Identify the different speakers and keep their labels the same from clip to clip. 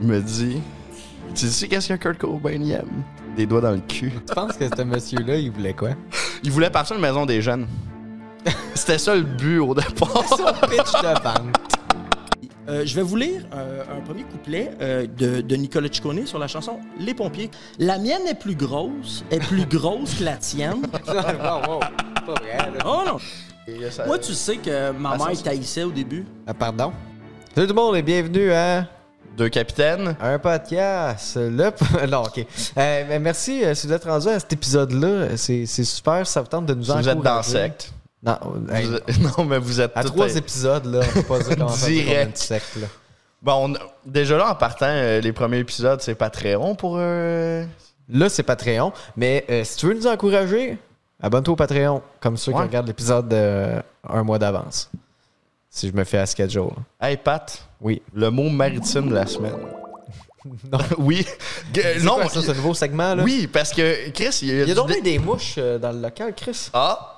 Speaker 1: me dit Tu sais qu'est-ce que Kurt Cobain y aime Des doigts dans le cul.
Speaker 2: Tu penses que ce monsieur-là, il voulait quoi?
Speaker 1: Il voulait partir une maison des jeunes. C'était ça le but au départ.
Speaker 2: Ça, pitch de vente.
Speaker 3: Euh, je vais vous lire euh, un premier couplet euh, de, de Nicolas Ciccone sur la chanson Les pompiers. La mienne est plus grosse, est plus grosse que la tienne.
Speaker 2: wow, wow. C'est Pas vrai, là.
Speaker 3: Oh non!
Speaker 1: Et ça-
Speaker 3: Moi, tu sais que ma
Speaker 1: Ah, ça,
Speaker 3: mère
Speaker 1: ça-
Speaker 3: taillissait au début.
Speaker 2: Ah, pardon. Salut tout le monde et bienvenue à
Speaker 1: Deux capitaines.
Speaker 2: un podcast. Le... p- non, OK. Euh, ben, merci euh, si vous êtes rendu à cet épisode-là. C'est c'est super, ça vous tente de nous
Speaker 1: Vous êtes dans la
Speaker 2: encourager.
Speaker 1: secte.
Speaker 2: Non, hey,
Speaker 1: Vous êtes- Non, mais vous êtes
Speaker 2: à
Speaker 1: tout
Speaker 2: trois
Speaker 1: un-
Speaker 2: épisodes, là, on peut pas dire comment ça fait
Speaker 1: Direct.
Speaker 2: qu'on est une secte, là.
Speaker 1: Bon, on- déjà là, en partant, euh, les premiers épisodes, c'est Patreon pour. euh,
Speaker 2: Là, c'est Patreon. Mais euh, si tu veux nous encourager, abonne-toi au Patreon, comme ceux
Speaker 1: Ouais.
Speaker 2: qui regardent l'épisode euh, un mois d'avance. Si je me fais à schedule.
Speaker 1: Hey Pat,
Speaker 2: Oui.
Speaker 1: le mot maritime de la semaine.
Speaker 2: Non.
Speaker 1: oui. Gue- non, euh,
Speaker 2: Quoi, ça, c'est un nouveau segment, là.
Speaker 1: oui, parce que Chris, il y a,
Speaker 2: Il y a
Speaker 1: du
Speaker 2: donc
Speaker 1: dé-
Speaker 2: eu des mouches euh, dans le local, Chris.
Speaker 1: Ah!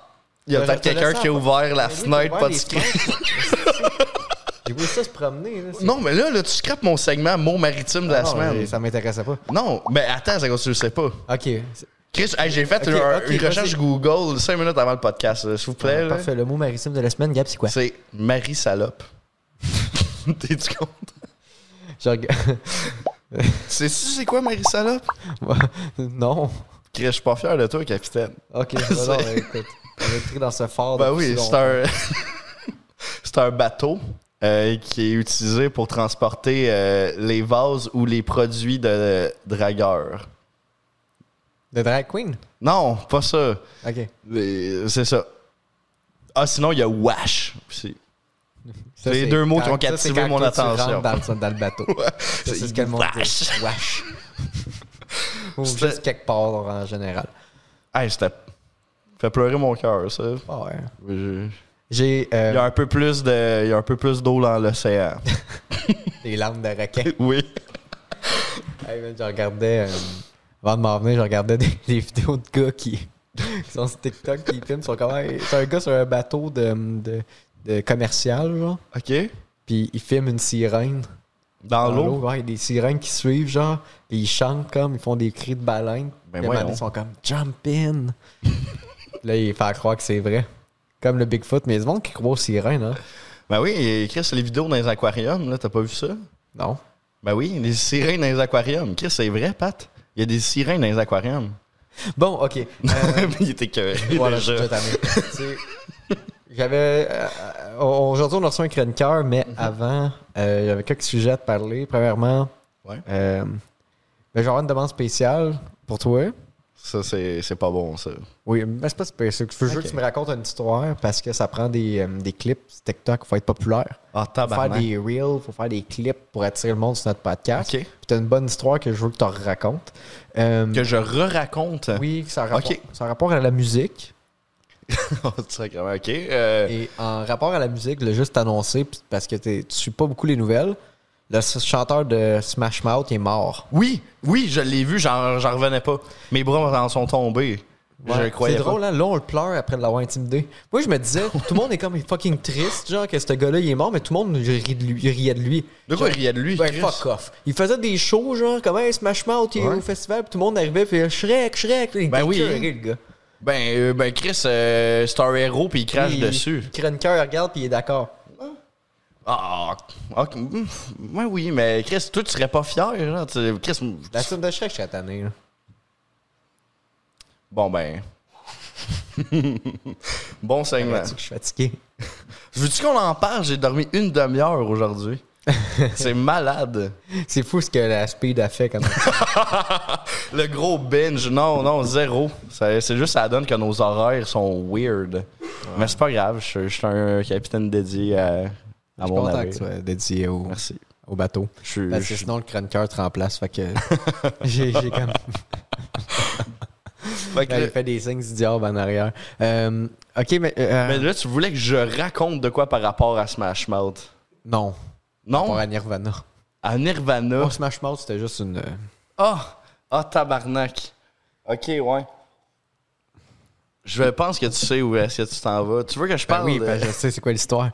Speaker 1: Il y a
Speaker 2: Euh,
Speaker 1: peut-être
Speaker 2: je te laisse
Speaker 1: quelqu'un qui a
Speaker 2: en-
Speaker 1: ouvert la
Speaker 2: Oui,
Speaker 1: fenêtre,
Speaker 2: pour
Speaker 1: pas
Speaker 2: voir
Speaker 1: de
Speaker 2: les
Speaker 1: script.
Speaker 2: fenêtres. J'ai voulu ça se promener. Là, c'est-
Speaker 1: Non, mais là, là, tu scrapes mon segment mot maritime de
Speaker 2: Ah
Speaker 1: la
Speaker 2: non,
Speaker 1: semaine.
Speaker 2: euh, Ça m'intéressait pas.
Speaker 1: Non, mais attends, c'est parce que tu le sais pas.
Speaker 2: Ok. c'est-
Speaker 1: Chris, hey, j'ai fait
Speaker 2: Ok,
Speaker 1: un-
Speaker 2: ok,
Speaker 1: une recherche
Speaker 2: vas-y.
Speaker 1: Google 5 minutes avant le podcast, là, s'il vous plaît. là.
Speaker 2: Parfait. Le mot maritime de la semaine, Gab, c'est quoi?
Speaker 1: C'est Marie Salope. T'es-tu con?
Speaker 2: Je reg-
Speaker 1: Sais-tu c'est quoi Marie Salope?
Speaker 2: non.
Speaker 1: Chris, je suis pas fier de toi, capitaine.
Speaker 2: Ok.
Speaker 1: C'est-
Speaker 2: non, non, écoute. On est pris dans ce fort.
Speaker 1: Ben
Speaker 2: depuis
Speaker 1: oui,
Speaker 2: si
Speaker 1: c'est un, c'est un bateau euh, qui est utilisé pour transporter euh, les vases ou les produits de dragueurs.
Speaker 2: De drag queen?
Speaker 1: Non, pas ça.
Speaker 2: Ok.
Speaker 1: Les- euh, C'est ça. Ah, sinon, il y a wash aussi. C'est
Speaker 2: Ça,
Speaker 1: les deux mots qui
Speaker 2: quand-
Speaker 1: ont
Speaker 2: ça,
Speaker 1: captivé
Speaker 2: c'est quand
Speaker 1: mon
Speaker 2: toi, tu
Speaker 1: attention.
Speaker 2: rentres Dans, le- dans le bateau. Ça, c'est ce que le monde dit. Wesh. Ou
Speaker 1: C'était-
Speaker 2: juste quelque part en général.
Speaker 1: Hey, c'était. Fait pleurer mon cœur, ça.
Speaker 2: Ah ouais.
Speaker 1: Je-
Speaker 2: J'ai euh,
Speaker 1: Il y a un peu plus de, il y a un peu plus d'eau dans l'océan.
Speaker 2: des larmes de requin.
Speaker 1: oui.
Speaker 2: Hey, man, je regardais, euh, avant de m'en venir, je regardais des, des vidéos de gars qui, qui sont sur TikTok, qui filment, sont comme, hey, c'est un gars sur un bateau de, de, de commercial, genre,
Speaker 1: Ok.
Speaker 2: puis il filme une sirène.
Speaker 1: Dans,
Speaker 2: Dans
Speaker 1: l'eau.
Speaker 2: ouais, des sirènes qui suivent, genre, puis ils chantent comme, ils font des cris de baleine.
Speaker 1: Ben
Speaker 2: Puis à un moment donné,
Speaker 1: voyons.
Speaker 2: ils sont comme, jump in. là, il fait croire que c'est vrai. Comme le Bigfoot, mais il y a du monde qui croit aux sirènes, hein.
Speaker 1: Ben oui, et Chris, les vidéos dans les aquariums, là, t'as pas vu ça?
Speaker 2: Non.
Speaker 1: Ben oui, les sirènes dans les aquariums. Chris, c'est vrai, Pat? Il y a des sirènes dans les aquariums.
Speaker 2: Bon, ok. Euh,
Speaker 1: il était que.
Speaker 2: Voilà,
Speaker 1: déjà.
Speaker 2: je suis tanné. Tu sais, J'avais. euh, euh, Aujourd'hui, on a reçu un chroniqueur, mais
Speaker 1: Mhm.
Speaker 2: avant, euh, j'avais quelques sujets à te parler. Premièrement,
Speaker 1: Ouais.
Speaker 2: euh, ben, je vais avoir une demande spéciale pour toi.
Speaker 1: Ça, c'est c'est pas bon, ça.
Speaker 2: Oui, mais c'est pas spécial. Je veux juste
Speaker 1: Ok.
Speaker 2: que tu me racontes une histoire parce que ça prend des, euh, des clips sur TikTok. Il faut être populaire.
Speaker 1: Ah,
Speaker 2: Faut faire
Speaker 1: tabarnak.
Speaker 2: des reels, faut faire des clips pour attirer le monde sur notre podcast.
Speaker 1: Ok.
Speaker 2: Puis t'as une bonne histoire que je veux que tu racontes. Euh,
Speaker 1: Que je re-raconte.
Speaker 2: Oui, ça a, rapport,
Speaker 1: Ok.
Speaker 2: ça a rapport à la musique.
Speaker 1: Tu sais comment, Oh, ok. euh,
Speaker 2: Et en rapport à la musique, je l'ai juste annoncé p- parce que t'es- tu suis pas beaucoup les nouvelles. Le s- chanteur de Smash Mouth est mort.
Speaker 1: Oui, oui, je l'ai vu, j'en j'en revenais pas. Mes bras en sont tombés. Je le croyais
Speaker 2: C'est
Speaker 1: pas.
Speaker 2: drôle, hein? là on le pleure après l'avoir intimidé. Moi je me disais, tout le monde est comme fucking triste, genre que ce gars-là il est mort, mais tout le monde rit de lui, riait de lui.
Speaker 1: De quoi il riait de lui,
Speaker 2: Ben
Speaker 1: Chris?
Speaker 2: fuck off. Il faisait des shows, genre comme hey, Smash Mouth il est
Speaker 1: Ouais.
Speaker 2: au festival, puis tout le monde arrivait, puis euh, Shrek, Shrek, il
Speaker 1: Ben
Speaker 2: était
Speaker 1: oui.
Speaker 2: écoeuré, le gars.
Speaker 1: Ben, euh, ben Chris, euh, c'est un héros, puis il crache
Speaker 2: Puis,
Speaker 1: dessus.
Speaker 2: Le chroniqueur il regarde, puis il est d'accord.
Speaker 1: Ah, ok, mm, ouais, oui, mais Chris, toi, tu serais pas fier, genre. tu- Chris,
Speaker 2: La scène de Shrek, je suis tanné, là.
Speaker 1: bon, ben. bon segment.
Speaker 2: Tu sais que Je suis fatigué.
Speaker 1: Veux-tu qu'on en parle? J'ai dormi une demi-heure aujourd'hui. C'est malade.
Speaker 2: C'est fou ce que la speed a fait quand même.
Speaker 1: Le gros binge, non, non, zéro. Ça- C'est juste ça donne que nos horaires sont weird. Mais c'est pas grave, je, je suis un capitaine dédié à, à
Speaker 2: Je suis
Speaker 1: mon
Speaker 2: content
Speaker 1: avis.
Speaker 2: que tu sois dédié au,
Speaker 1: Merci.
Speaker 2: au bateau.
Speaker 1: Je suis-
Speaker 2: Parce que
Speaker 1: je suis-
Speaker 2: sinon, le chroniqueur te remplace. Fait que j'ai j'ai comme.
Speaker 1: Fait que
Speaker 2: Il
Speaker 1: là-
Speaker 2: Ben, fait des signes du diable en arrière. Euh, ok, mais. euh,
Speaker 1: mais là, tu voulais que je raconte de quoi par rapport à Smash Mouth?
Speaker 2: Non,
Speaker 1: Non?
Speaker 2: pour à Nirvana.
Speaker 1: À Nirvana.
Speaker 2: Pour Smash Mouth, c'était juste une. euh,
Speaker 1: Ah! Ah, tabarnak. Ok, ouais. Je pense que tu sais où est-ce que tu t'en vas. Tu veux que je
Speaker 2: ben
Speaker 1: parle?
Speaker 2: oui,
Speaker 1: de-
Speaker 2: parce que je sais c'est quoi l'histoire.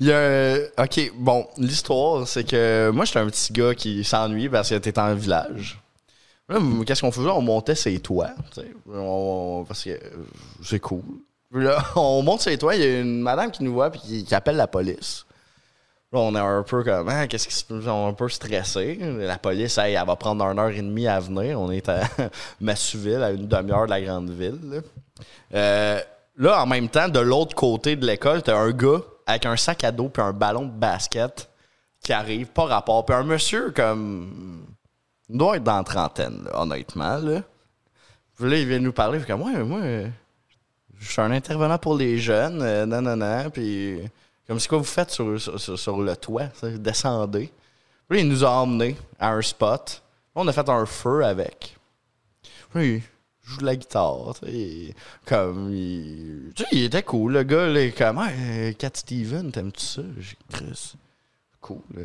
Speaker 1: Il y a un- OK, bon, l'histoire, c'est que moi, j'étais un petit gars qui s'ennuie parce que t'étais en village. Là, m- qu'est-ce qu'on faisait? On montait ses toits, tu sais, on- parce que euh, c'est cool. Puis là, on monte ses toits, il y a une madame qui nous voit puis qui, qui appelle la police. Là, on est un peu comme, Ah, qu'est-ce qui se passe? On est un peu stressé. La police, hey, elle va prendre une heure et demie à venir. On est à Massouville, à une demi-heure de la grande ville. là. Euh, là, en même temps, de l'autre côté de l'école, t'as un gars avec un sac à dos puis un ballon de basket qui arrive, pas rapport. Puis un monsieur comme. il doit être dans la trentaine, là, honnêtement. Là. Puis là, il vient nous parler. Puis comme, ouais, moi, euh, je suis un intervenant pour les jeunes. euh, non, non, non. Puis, comme, c'est quoi vous faites sur, sur, sur- sur le toit? ça? Descendez. Puis là, il nous a emmenés à un spot. On a fait un feu avec. Oui, il joue de la guitare, tu sais. il- Comme, il, tu sais, il était cool, le gars, là, il est comme, hey, euh, Cat Steven, t'aimes-tu ça? J'ai Chris. Cool. Là,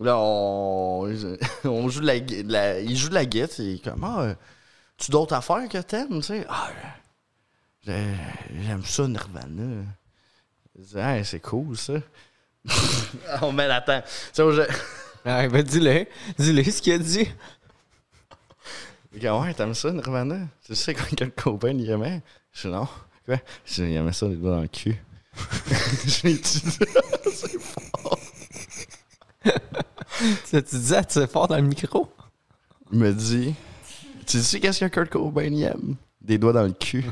Speaker 1: Là, on, on joue de la, gui- de la- il joue de la guitare, il est comme, ah, tu d'autres affaires que t'aimes, tu sais? Ah, j'ai- Euh, j'aime ça, Nirvana. Je dis, Hey, c'est cool, ça. on
Speaker 2: Oh,
Speaker 1: met la tente. Tu sais, au-
Speaker 2: Ah, ben, dis-le. Dis-le ce qu'il a dit.
Speaker 1: Il dit, ouais, t'aimes ça, Nirvana? Tu sais quoi, quel copain il aimait? Je dis, non. Quoi? Je dis, il aimait ça, les doigts dans le cul. Je l'ai dit, c'est fort.
Speaker 2: Ça, tu dis, ah, tu es fort dans le micro.
Speaker 1: Il me dit, tu sais qu'est-ce que Kurt Cobain il aime? Des doigts dans le cul.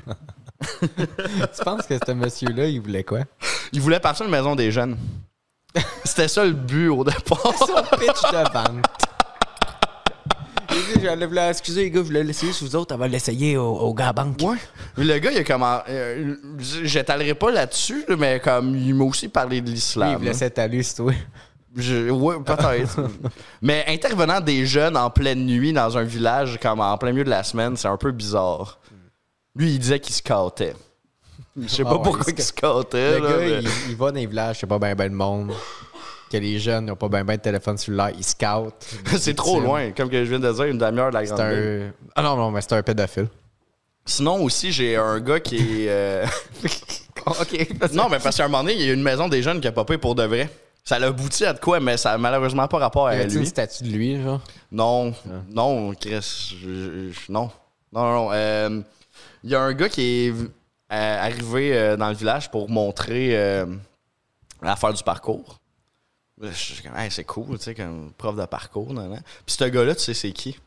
Speaker 2: tu penses que ce monsieur-là, il voulait quoi?
Speaker 1: Il voulait partir de la maison des jeunes. C'était ça le but au départ.
Speaker 2: Son pitch de vente. Il dit, j'allais vous la- excusez les gars, je voulais l'essayer sur vous autres avant de l'essayer au, au gars à banque.
Speaker 1: Ouais. Mais le gars, il a comment. euh, J'étalerai pas là-dessus, là, mais comme il m'a aussi parlé de
Speaker 2: Lui, il
Speaker 1: l'islam.
Speaker 2: voulait s'étaler sur toi.
Speaker 1: Je- ouais, peut-être. Mais intervenant des jeunes en pleine nuit dans un village, comme en plein milieu de la semaine, c'est un peu bizarre. Lui, il disait qu'il se cautait. Je sais
Speaker 2: Ah
Speaker 1: pas
Speaker 2: ouais,
Speaker 1: pourquoi
Speaker 2: c'est
Speaker 1: il se
Speaker 2: Le
Speaker 1: cautait. là,
Speaker 2: gars,
Speaker 1: mais-
Speaker 2: il, il va dans les villages, c'est pas ben ben le monde. Que les jeunes n'ont pas ben ben de téléphone cellulaire, ils scoutent.
Speaker 1: c'est trop loin. Comme que je viens de dire, une demi-heure de la
Speaker 2: C'est
Speaker 1: grande ville.
Speaker 2: un. Ah non, non, mais c'est un pédophile.
Speaker 1: Sinon, aussi, j'ai un gars qui est. euh,
Speaker 2: ok.
Speaker 1: non, mais parce qu'à un moment donné, il y a une maison des jeunes qui a popé pour de vrai. Ça l'a abouti à de quoi, mais ça a malheureusement pas rapport
Speaker 2: Il
Speaker 1: à
Speaker 2: y a une
Speaker 1: lui.
Speaker 2: statue de lui, genre.
Speaker 1: Non,
Speaker 2: Ah.
Speaker 1: non, Chris, je- je- non. Non, non, non. euh, Il y a un gars qui est euh, arrivé euh, dans le village pour montrer euh, l'affaire du parcours. Là, Je suis comme, Hey, c'est cool, tu sais, comme prof de parcours. Nan, nan. Puis ce gars-là, tu sais, c'est qui?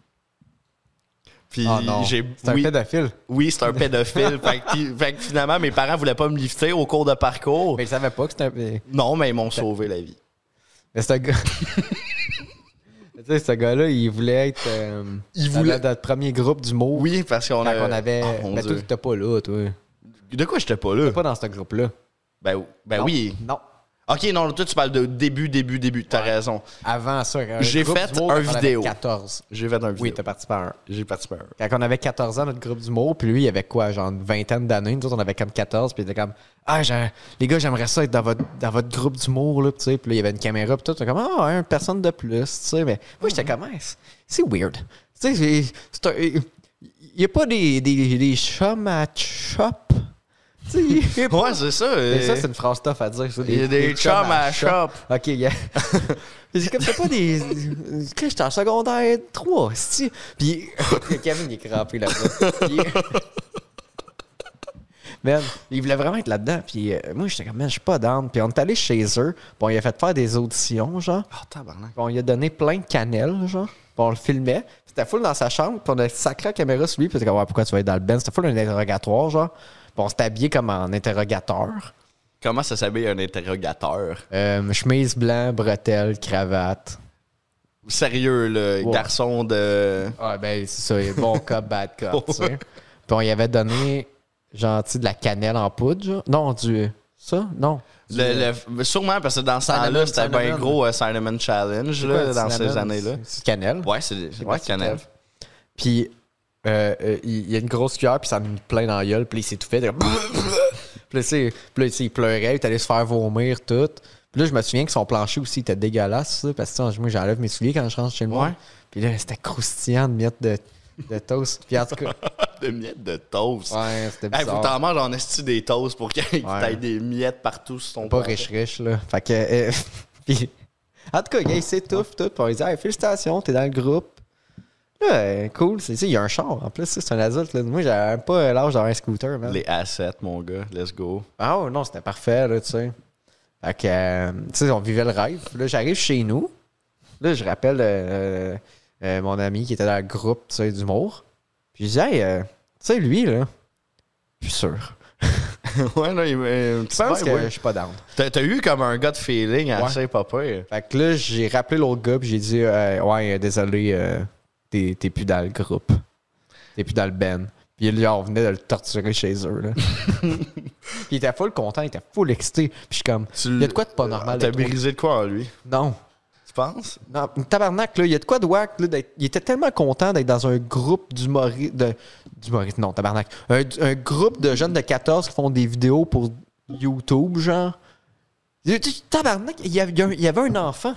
Speaker 1: Puis
Speaker 2: Ah non.
Speaker 1: j'ai.
Speaker 2: C'est un
Speaker 1: oui.
Speaker 2: pédophile.
Speaker 1: Oui, c'est un pédophile. fait, que, puis- fait que finalement, mes parents voulaient pas me lifter au cours de parcours.
Speaker 2: Mais il savait pas que c'était un. Mais
Speaker 1: Non, mais ils m'ont sauvé la vie.
Speaker 2: ce gars. tu sais, ce gars-là, il voulait être. euh,
Speaker 1: Il
Speaker 2: dans
Speaker 1: voulait-
Speaker 2: le- dans le premier groupe du mot.
Speaker 1: Oui, parce qu'on
Speaker 2: Quand
Speaker 1: a-
Speaker 2: on avait.
Speaker 1: Oh, mon
Speaker 2: mais toi,
Speaker 1: Dieu.
Speaker 2: t'étais pas là, toi.
Speaker 1: De quoi j'étais pas là?
Speaker 2: Pas dans ce groupe-là.
Speaker 1: Ben, ben
Speaker 2: Non.
Speaker 1: oui.
Speaker 2: Non.
Speaker 1: Ok, non, toi, tu parles de début, début, début. T'as raison.
Speaker 2: Avant ça, quand
Speaker 1: J'ai
Speaker 2: groupe
Speaker 1: fait
Speaker 2: d'humour,
Speaker 1: un
Speaker 2: quand on avait
Speaker 1: vidéo.
Speaker 2: 14.
Speaker 1: J'ai fait un vidéo.
Speaker 2: Oui, t'as participé à un.
Speaker 1: J'ai participé à un.
Speaker 2: Quand on avait 14 ans, notre groupe d'humour, puis lui, il avait quoi, genre une vingtaine d'années, nous autres, on avait comme 14, puis il était comme Ah, j'ai- les gars, j'aimerais ça être dans votre, dans votre groupe d'humour, là, tu sais. Puis là, il y avait une caméra, puis tout, t'es comme Ah, une personne de plus, tu sais. Mais moi, j'étais comme Ah, c'est- C'est weird. Tu sais, c'est- c'est un- Il n'y a pas des, des, des chums à chop. Tu sais, il y a pas-
Speaker 1: Ouais, c'est ça.
Speaker 2: Mais
Speaker 1: euh,
Speaker 2: ça, c'est une phrase tough à dire. ça,
Speaker 1: Il y a des chums à shop.
Speaker 2: Ok, yeah. c'est comme, c'est pas des. Quand j'étais en secondaire 3, c'est-tu? Puis. Kevin, il est crampé là-dedans. Puis- Man, il voulait vraiment être là-dedans. Puis euh, moi, j'étais comme, man, je suis pas down. Puis on est allé chez eux. Bon, il a fait faire des auditions, genre.
Speaker 1: Oh, tabarnak.
Speaker 2: Puis on lui a donné plein de cannelles, genre. Puis on le filmait. Puis C'était full dans sa chambre. Puis on a sacré la caméra sur lui. Puis c'était comme, ouais, pourquoi tu vas être dans le ben? C'était full un interrogatoire, genre. Puis on s'était habillé comme en interrogateur.
Speaker 1: Comment ça s'habille un interrogateur?
Speaker 2: Euh, chemise blanc, bretelles, cravate.
Speaker 1: Sérieux, le
Speaker 2: Ouais.
Speaker 1: garçon de.
Speaker 2: Ah ben c'est ça, les bon cop, bad cop, tu sais. Puis on y avait donné gentil de la cannelle en poudre, genre. Non, du ça, non. Du-
Speaker 1: Le, le- sûrement, parce que dans ce
Speaker 2: Cinnamon,
Speaker 1: temps-là, c'était bien
Speaker 2: cinnamon.
Speaker 1: gros euh, Cinnamon Challenge,
Speaker 2: c'est
Speaker 1: là,
Speaker 2: quoi, du
Speaker 1: dans ces
Speaker 2: cinnamon?
Speaker 1: années-là.
Speaker 2: C'est du cannelle.
Speaker 1: Ouais, c'est.
Speaker 2: pas
Speaker 1: Ouais,
Speaker 2: si
Speaker 1: Canel.
Speaker 2: grave. Puis euh, euh, il il y a une grosse cuillère, puis ça me plein dans la gueule, puis il s'étouffait. de- Puis là, c'est- puis là, tu sais, il pleurait, il allait se faire vomir, tout. Puis là, je me souviens que son plancher aussi était dégueulasse, là, parce que tu sais, moi, j'enlève mes souliers quand je rentre chez moi.
Speaker 1: Ouais.
Speaker 2: Puis là, c'était croustillant de miettes de, de toast. Puis en tout cas,
Speaker 1: de miettes de toast.
Speaker 2: Ouais, c'était
Speaker 1: Hey, faut que
Speaker 2: bizarre.
Speaker 1: t'en manges en esti des toasts pour qu'il
Speaker 2: Ouais.
Speaker 1: t'aille des miettes partout sur ton
Speaker 2: pas
Speaker 1: corps.
Speaker 2: riche-riche, là. Fait que... euh, puis- en tout cas, gars, il s'étouffe, tout. Puis on lui dit, hey, félicitations, t'es dans le groupe. Là, euh, cool. c'est- tu sais, Il y a un char, en plus. ça, C'est un adulte, là. Moi, j'avais pas l'âge d'avoir un scooter, man.
Speaker 1: Les assets, mon gars. Let's go.
Speaker 2: Ah ouais, non, c'était parfait, là, tu sais. Fait que, euh, tu sais, on vivait le rêve. Là, j'arrive chez nous. Là, je rappelle euh, euh, mon ami qui était dans le groupe, tu sais, d'humour. Puis je dis, hey, euh, tu sais, lui, là, je suis sûr.
Speaker 1: ouais, non, il euh,
Speaker 2: Je
Speaker 1: tu
Speaker 2: pense
Speaker 1: sais,
Speaker 2: que
Speaker 1: ouais.
Speaker 2: je suis pas down.
Speaker 1: T'as t'as eu comme un gars de feeling assez pas pire.
Speaker 2: Fait que là, j'ai rappelé l'autre gars, puis j'ai dit, Euh, ouais, euh, désolé, euh, t'es t'es plus dans le groupe. T'es plus dans le ben. Puis là, on venait de le torturer chez eux, là. puis il était full content, il était full excité. Puis je suis comme,
Speaker 1: Tu Ah,
Speaker 2: il y a de quoi de pas normal.
Speaker 1: T'as
Speaker 2: avec toi.
Speaker 1: brisé de quoi en lui,
Speaker 2: Non.
Speaker 1: tu penses?
Speaker 2: Non, tabarnak, là, il y a de quoi de whack, là, d'être- il était tellement content d'être dans un groupe d'humoristes, de, d'humoristes, non, tabarnak, un, un groupe de jeunes de 14 qui font des vidéos pour YouTube, genre. Il- tu- Tabarnak, il y, avait, il y a un- il y avait un enfant.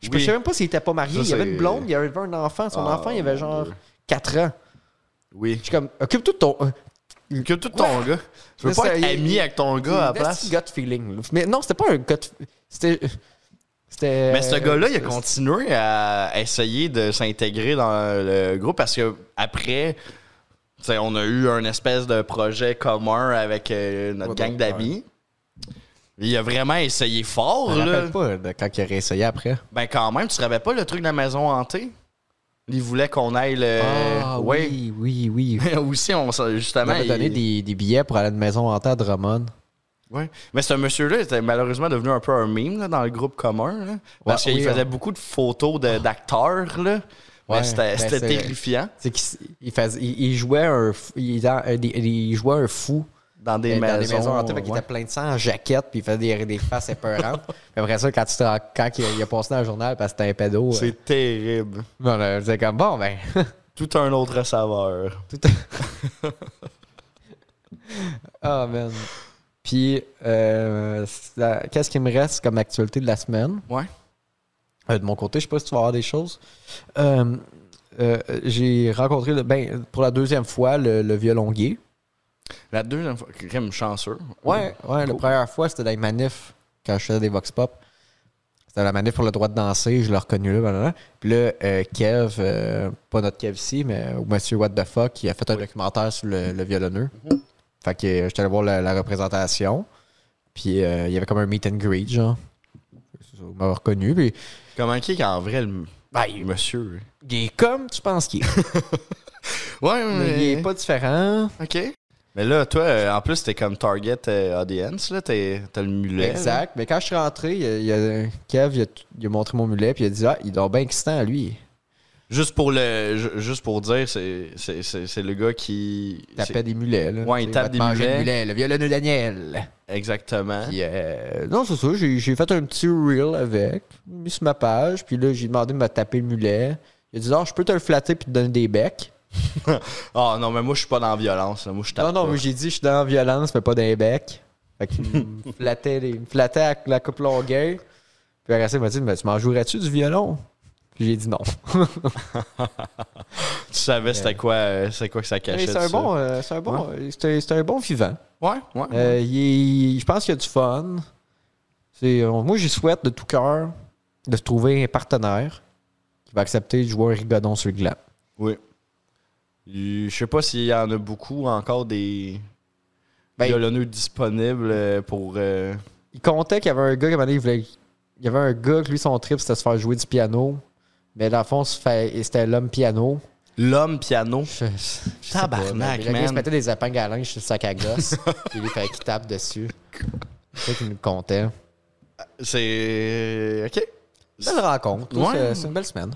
Speaker 2: Je, ne
Speaker 1: Oui.
Speaker 2: sais même pas s'il était pas marié,
Speaker 1: Ça,
Speaker 2: il y avait
Speaker 1: c'est-
Speaker 2: une blonde, il y avait un enfant, son
Speaker 1: Ah,
Speaker 2: enfant, il avait
Speaker 1: mon
Speaker 2: genre
Speaker 1: Dieu.
Speaker 2: 4 ans.
Speaker 1: Oui.
Speaker 2: Je suis comme, occupe-toi de ton... euh,
Speaker 1: Que tout ton gars. Tu veux
Speaker 2: Ça,
Speaker 1: pas être
Speaker 2: il-
Speaker 1: ami avec ton gars à la
Speaker 2: c'est un
Speaker 1: place.
Speaker 2: gut feeling. là. Mais non, c'était pas un gut... C'était... c'était- euh,
Speaker 1: Mais ce gars-là, il a
Speaker 2: c'était-
Speaker 1: continué à essayer de s'intégrer dans le groupe parce que après, tu sais, on a eu un espèce de projet commun avec euh, notre
Speaker 2: Ouais,
Speaker 1: gang
Speaker 2: ouais.
Speaker 1: d'amis. Il a vraiment essayé
Speaker 2: Je
Speaker 1: fort, là.
Speaker 2: me rappelle pas euh, de quand il a réessayé après.
Speaker 1: Ben quand même, tu te rappelles pas le truc de la maison hantée? Il voulait qu'on aille le.
Speaker 2: ah,
Speaker 1: Euh, ouais.
Speaker 2: oui, oui, oui.
Speaker 1: Mais aussi, on s'en-
Speaker 2: On
Speaker 1: justement.
Speaker 2: m'avait donné
Speaker 1: il-
Speaker 2: des, des billets pour aller à une maison hantée à Drummond.
Speaker 1: Ouais. Mais ce monsieur-là était malheureusement devenu un peu un meme là, dans le groupe commun. là. parce
Speaker 2: Ouais,
Speaker 1: qu'il
Speaker 2: oui,
Speaker 1: faisait
Speaker 2: hein. Ah.
Speaker 1: beaucoup de photos de- d'acteurs. là. Mais
Speaker 2: Ouais,
Speaker 1: c'était
Speaker 2: ben,
Speaker 1: c'était
Speaker 2: c'est-
Speaker 1: terrifiant
Speaker 2: C'est qu'il s- il faisait- il- il jouait un fou, il, était- euh, des- il jouait un fou
Speaker 1: dans des
Speaker 2: euh, dans
Speaker 1: maisons.
Speaker 2: des maisons hantées, fait qu'il
Speaker 1: ouais.
Speaker 2: était plein de sang en jaquette, puis il faisait des, des faces épeurantes. Puis après ça, quand, tu te rends- quand il, a, il a passé dans le journal parce que c'était un pédo, euh,
Speaker 1: C'est terrible.
Speaker 2: bon, là, je disais comme bon, ben.
Speaker 1: Tout un autre saveur.
Speaker 2: Ah, man. Puis, euh, c'est la- qu'est-ce qui me reste comme actualité de la semaine?
Speaker 1: Ouais.
Speaker 2: Euh, de mon côté, je sais pas si tu vas avoir des choses. Euh, euh, j'ai rencontré le- ben, pour la deuxième fois le, le violon gay.
Speaker 1: La deuxième fois, crime chanceux.
Speaker 2: Ouais, ouais la
Speaker 1: Cool.
Speaker 2: première fois, c'était dans les manifs quand je faisais des Vox Pop. C'était la manif pour le droit de danser, je l'ai reconnu là. blablabla. Puis là, euh, Kev, euh, pas notre Kev ici, mais euh, Monsieur What the Fuck, qui a fait un documentaire sur le, le violonneux. Fait que euh, j'étais allé voir la, la représentation. Puis euh, il y avait comme un meet and greet, genre. Il m'a reconnu. Puis
Speaker 1: Comment qui est en vrai le
Speaker 2: Ben,
Speaker 1: le monsieur?
Speaker 2: il est comme tu penses qu'il est.
Speaker 1: Ouais, mais.
Speaker 2: Mais il est pas différent.
Speaker 1: OK. Mais là, toi, euh, en plus, t'es comme target euh, audience, là. T'es, t'as le mulet. là.
Speaker 2: Exact. Mais quand je suis rentré, il, y a- il y a- Kev, il a, t- il a montré mon mulet, puis il a dit Ah, il dort bien excitant, lui.
Speaker 1: Juste pour le. ju- Juste pour dire, c'est, c'est, c'est, c'est le gars qui.
Speaker 2: Il tapait des mulets. Là,
Speaker 1: Ouais, il
Speaker 2: Tu sais,
Speaker 1: tape
Speaker 2: va te
Speaker 1: des
Speaker 2: manger
Speaker 1: mulets.
Speaker 2: le mulet. Le violonneux Daniel.
Speaker 1: c'est- Exactement.
Speaker 2: Puis, euh, non, c'est ça. J'ai, j'ai fait un petit reel avec. J'ai mis sur ma page. Puis là, j'ai demandé de me taper le mulet. Il a dit Ah, je peux te le flatter puis te donner des becs.
Speaker 1: Ah non, mais moi, je suis pas dans la violence. là. Moi, je tape.
Speaker 2: non, non,
Speaker 1: pas.
Speaker 2: mais j'ai dit Je suis dans la violence, mais pas dans les becs. Fait qu'il me flattait, les- il me flattait avec la coupe longueuil. Puis après ça, il m'a dit Mais tu m'en jouerais-tu du violon Puis j'ai dit non.
Speaker 1: Tu savais c'était quoi, euh, c'est quoi que ça
Speaker 2: Mais
Speaker 1: cachait.
Speaker 2: c'est,
Speaker 1: ça.
Speaker 2: un bon, euh, c'est un bon, euh, c'est, c'est un bon vivant.
Speaker 1: Ouais, ouais.
Speaker 2: Euh, il est- je pense qu'il y a du fun. C'est- on- moi, j'y souhaite de tout cœur de se trouver un partenaire qui va accepter de jouer un rigodon sur le gland.
Speaker 1: Oui. Je sais pas s'il y en a beaucoup encore des
Speaker 2: Ben,
Speaker 1: violonneux disponibles euh, pour. euh,
Speaker 2: Il comptait qu'il y avait un gars qui à un moment donné, il voulait- il y avait un gars que lui, son trip, c'était de se faire jouer du piano. Mais dans le fond, se fait- et c'était l'homme piano.
Speaker 1: L'homme piano.
Speaker 2: Je- je- je sais pas,
Speaker 1: Tabarnak,
Speaker 2: mais Le gars, il se
Speaker 1: man.
Speaker 2: mettait des épingles à linge sur le sac à gosse. puis lui, il fallait qu'il tape dessus. C'est ça qu'il nous comptait.
Speaker 1: C'est. Ok.
Speaker 2: Belle rencontre.
Speaker 1: Ouais.
Speaker 2: C'est- C'est une belle semaine.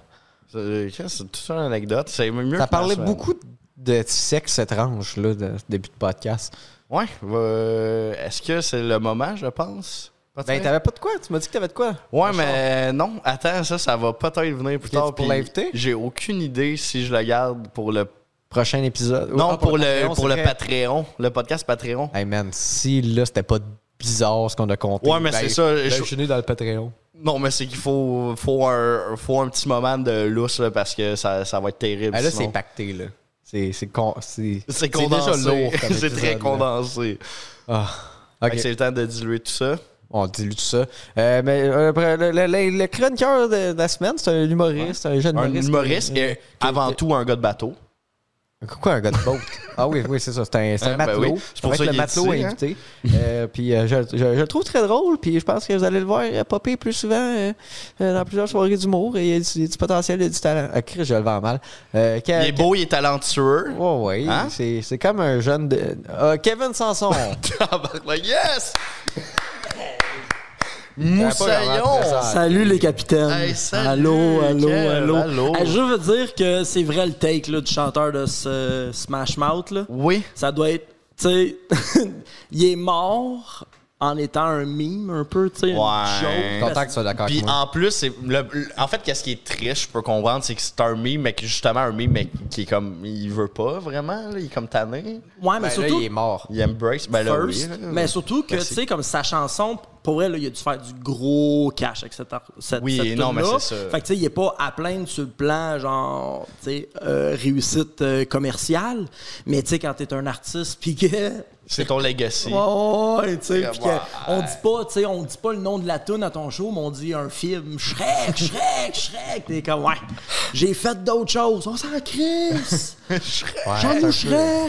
Speaker 1: C'est c'est toute une anecdote. C'est mieux.
Speaker 2: Ça
Speaker 1: que la
Speaker 2: parlait
Speaker 1: semaine.
Speaker 2: beaucoup de sexe étrange, là, de ce début de podcast.
Speaker 1: Ouais. euh, Est-ce que c'est le moment, je pense?
Speaker 2: Ben,
Speaker 1: Peut-être?
Speaker 2: t'avais pas de quoi? Tu m'as dit que t'avais de quoi?
Speaker 1: ouais, mais euh, non. Attends, ça, ça va peut-être venir plus
Speaker 2: Ok,
Speaker 1: tard.
Speaker 2: c'est pour
Speaker 1: puis
Speaker 2: l'invité?
Speaker 1: J'ai aucune idée si je le garde pour le.
Speaker 2: Prochain épisode.
Speaker 1: Non,
Speaker 2: Ah,
Speaker 1: pour, le,
Speaker 2: Patreon,
Speaker 1: pour le
Speaker 2: c'est vrai.
Speaker 1: Patreon. Le podcast Patreon.
Speaker 2: Hey man, si là, c'était pas bizarre ce qu'on a compté.
Speaker 1: Ouais, mais
Speaker 2: ben,
Speaker 1: c'est ça,
Speaker 2: ben,
Speaker 1: je-
Speaker 2: Je suis né dans le Patreon.
Speaker 1: Non, mais c'est qu'il faut, faut, un, faut un petit moment de lousse là, parce que ça, ça va être terrible.
Speaker 2: Ah, là,
Speaker 1: sinon.
Speaker 2: c'est pacté, là. C'est c'est con- c'est-
Speaker 1: C'est
Speaker 2: déjà
Speaker 1: condensé.
Speaker 2: lourd comme
Speaker 1: C'est très
Speaker 2: épisode, là.
Speaker 1: condensé.
Speaker 2: Ah,
Speaker 1: Fait
Speaker 2: ok.
Speaker 1: que C'est le temps de diluer tout ça.
Speaker 2: On dilue tout ça. Euh, mais euh, après, le, le- le- le chroniqueur de, de la semaine, c'est un humoriste, un jeune
Speaker 1: Un
Speaker 2: humoriste. euh,
Speaker 1: humoriste
Speaker 2: qui-
Speaker 1: est avant tout un gars de bateau.
Speaker 2: Pourquoi un gars de boat? ah oui, oui, c'est ça. C'est un, c'est un
Speaker 1: Ah, ben
Speaker 2: matelot.
Speaker 1: oui. C'est pour
Speaker 2: Avec
Speaker 1: ça
Speaker 2: le
Speaker 1: qu'il est
Speaker 2: matelot
Speaker 1: ici, hein.
Speaker 2: invité. Euh, puis euh, je, je- je le trouve très drôle. Puis je pense que vous allez le voir euh, popper plus souvent euh, euh, dans plusieurs soirées d'humour. Et il y a du, il y a du potentiel, il y a du talent. Ah, Chris, je le vends mal. Euh,
Speaker 1: Il
Speaker 2: Ke-
Speaker 1: est beau, il est talentueux.
Speaker 2: Ke- Ouais, ouais.
Speaker 1: Hein?
Speaker 2: C'est c'est comme un jeune. de- euh, Kevin Sanson.
Speaker 1: Tabarnak, yes!
Speaker 2: Moussaillon!
Speaker 3: Salut les capitaines.
Speaker 1: Hey, salut,
Speaker 3: allô, allô,
Speaker 1: Kev,
Speaker 3: allô,
Speaker 1: allô.
Speaker 3: Hey, je veux dire que c'est vrai le take là, du chanteur de ce Smash Mouth. Là.
Speaker 1: Oui.
Speaker 3: Ça doit être. Tu sais, il est mort en étant un meme un peu, tu sais. une
Speaker 1: Ouais.
Speaker 3: joke.
Speaker 2: Content que tu sois d'accord
Speaker 1: Puis
Speaker 2: avec moi.
Speaker 1: en plus, c'est le- le- en fait, qu'est-ce qui est triste, je peux comprendre, c'est que c'est un meme, mais que justement, un meme mais qui est comme. Il veut pas vraiment, là, il est comme tanné.
Speaker 3: Ouais, mais
Speaker 2: Ben là,
Speaker 3: surtout.
Speaker 2: il est mort.
Speaker 1: Il embrace. Ben là, oui, Ben
Speaker 3: first,
Speaker 1: là.
Speaker 3: mais surtout que, tu
Speaker 1: Merci.
Speaker 3: sais, comme sa chanson, pour vrai, là, il a dû faire du gros cash avec cette. ar- cette
Speaker 1: Oui,
Speaker 3: cette
Speaker 1: non,
Speaker 3: tune-là.
Speaker 1: mais c'est ça.
Speaker 3: Fait que, tu sais, il est pas à plaindre sur le plan, genre, tu sais, euh, réussite euh, commerciale. Mais, tu sais, quand t'es un artiste, puis que.
Speaker 1: C'est ton legacy.
Speaker 3: Ouais, ouais, tu sais,
Speaker 1: Ouais.
Speaker 3: puis que on dit pas, tu sais, on dit pas le nom de la tune à ton show, mais on dit un film Shrek, Shrek, Shrek, t'es comme ouais. J'ai fait d'autres choses, on s'en crisse.
Speaker 1: Ben,
Speaker 2: Ouais,
Speaker 3: J'en
Speaker 2: c'est un
Speaker 3: ai
Speaker 2: peu-
Speaker 3: Shrek. En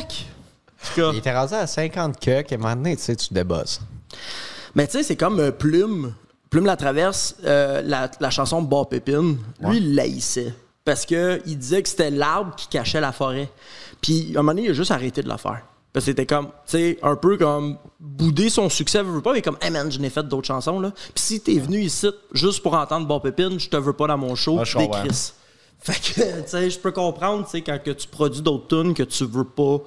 Speaker 3: tout cas,
Speaker 2: Il était rasé à 50 que, et à un moment donné, tu sais, tu débosses.
Speaker 3: Mais tu sais, c'est comme euh, Plume. Plume la traverse, euh, la, la chanson Bob Pépine, lui, il l'haïssait. Parce que il disait que c'était l'arbre qui cachait la forêt. Puis à un moment donné, il a juste arrêté de la faire. Parce que c'était comme, tu sais, un peu comme bouder son succès, veut veut pas, mais comme, hey man, je n'ai fait d'autres chansons, là. Puis si t'es venu ici juste pour entendre Bob Pépine, je te veux pas dans mon show,
Speaker 1: Ah, je comprends.
Speaker 3: décris. Fait que, tu sais, je peux comprendre, tu sais, quand que tu produis d'autres tunes que tu veux pas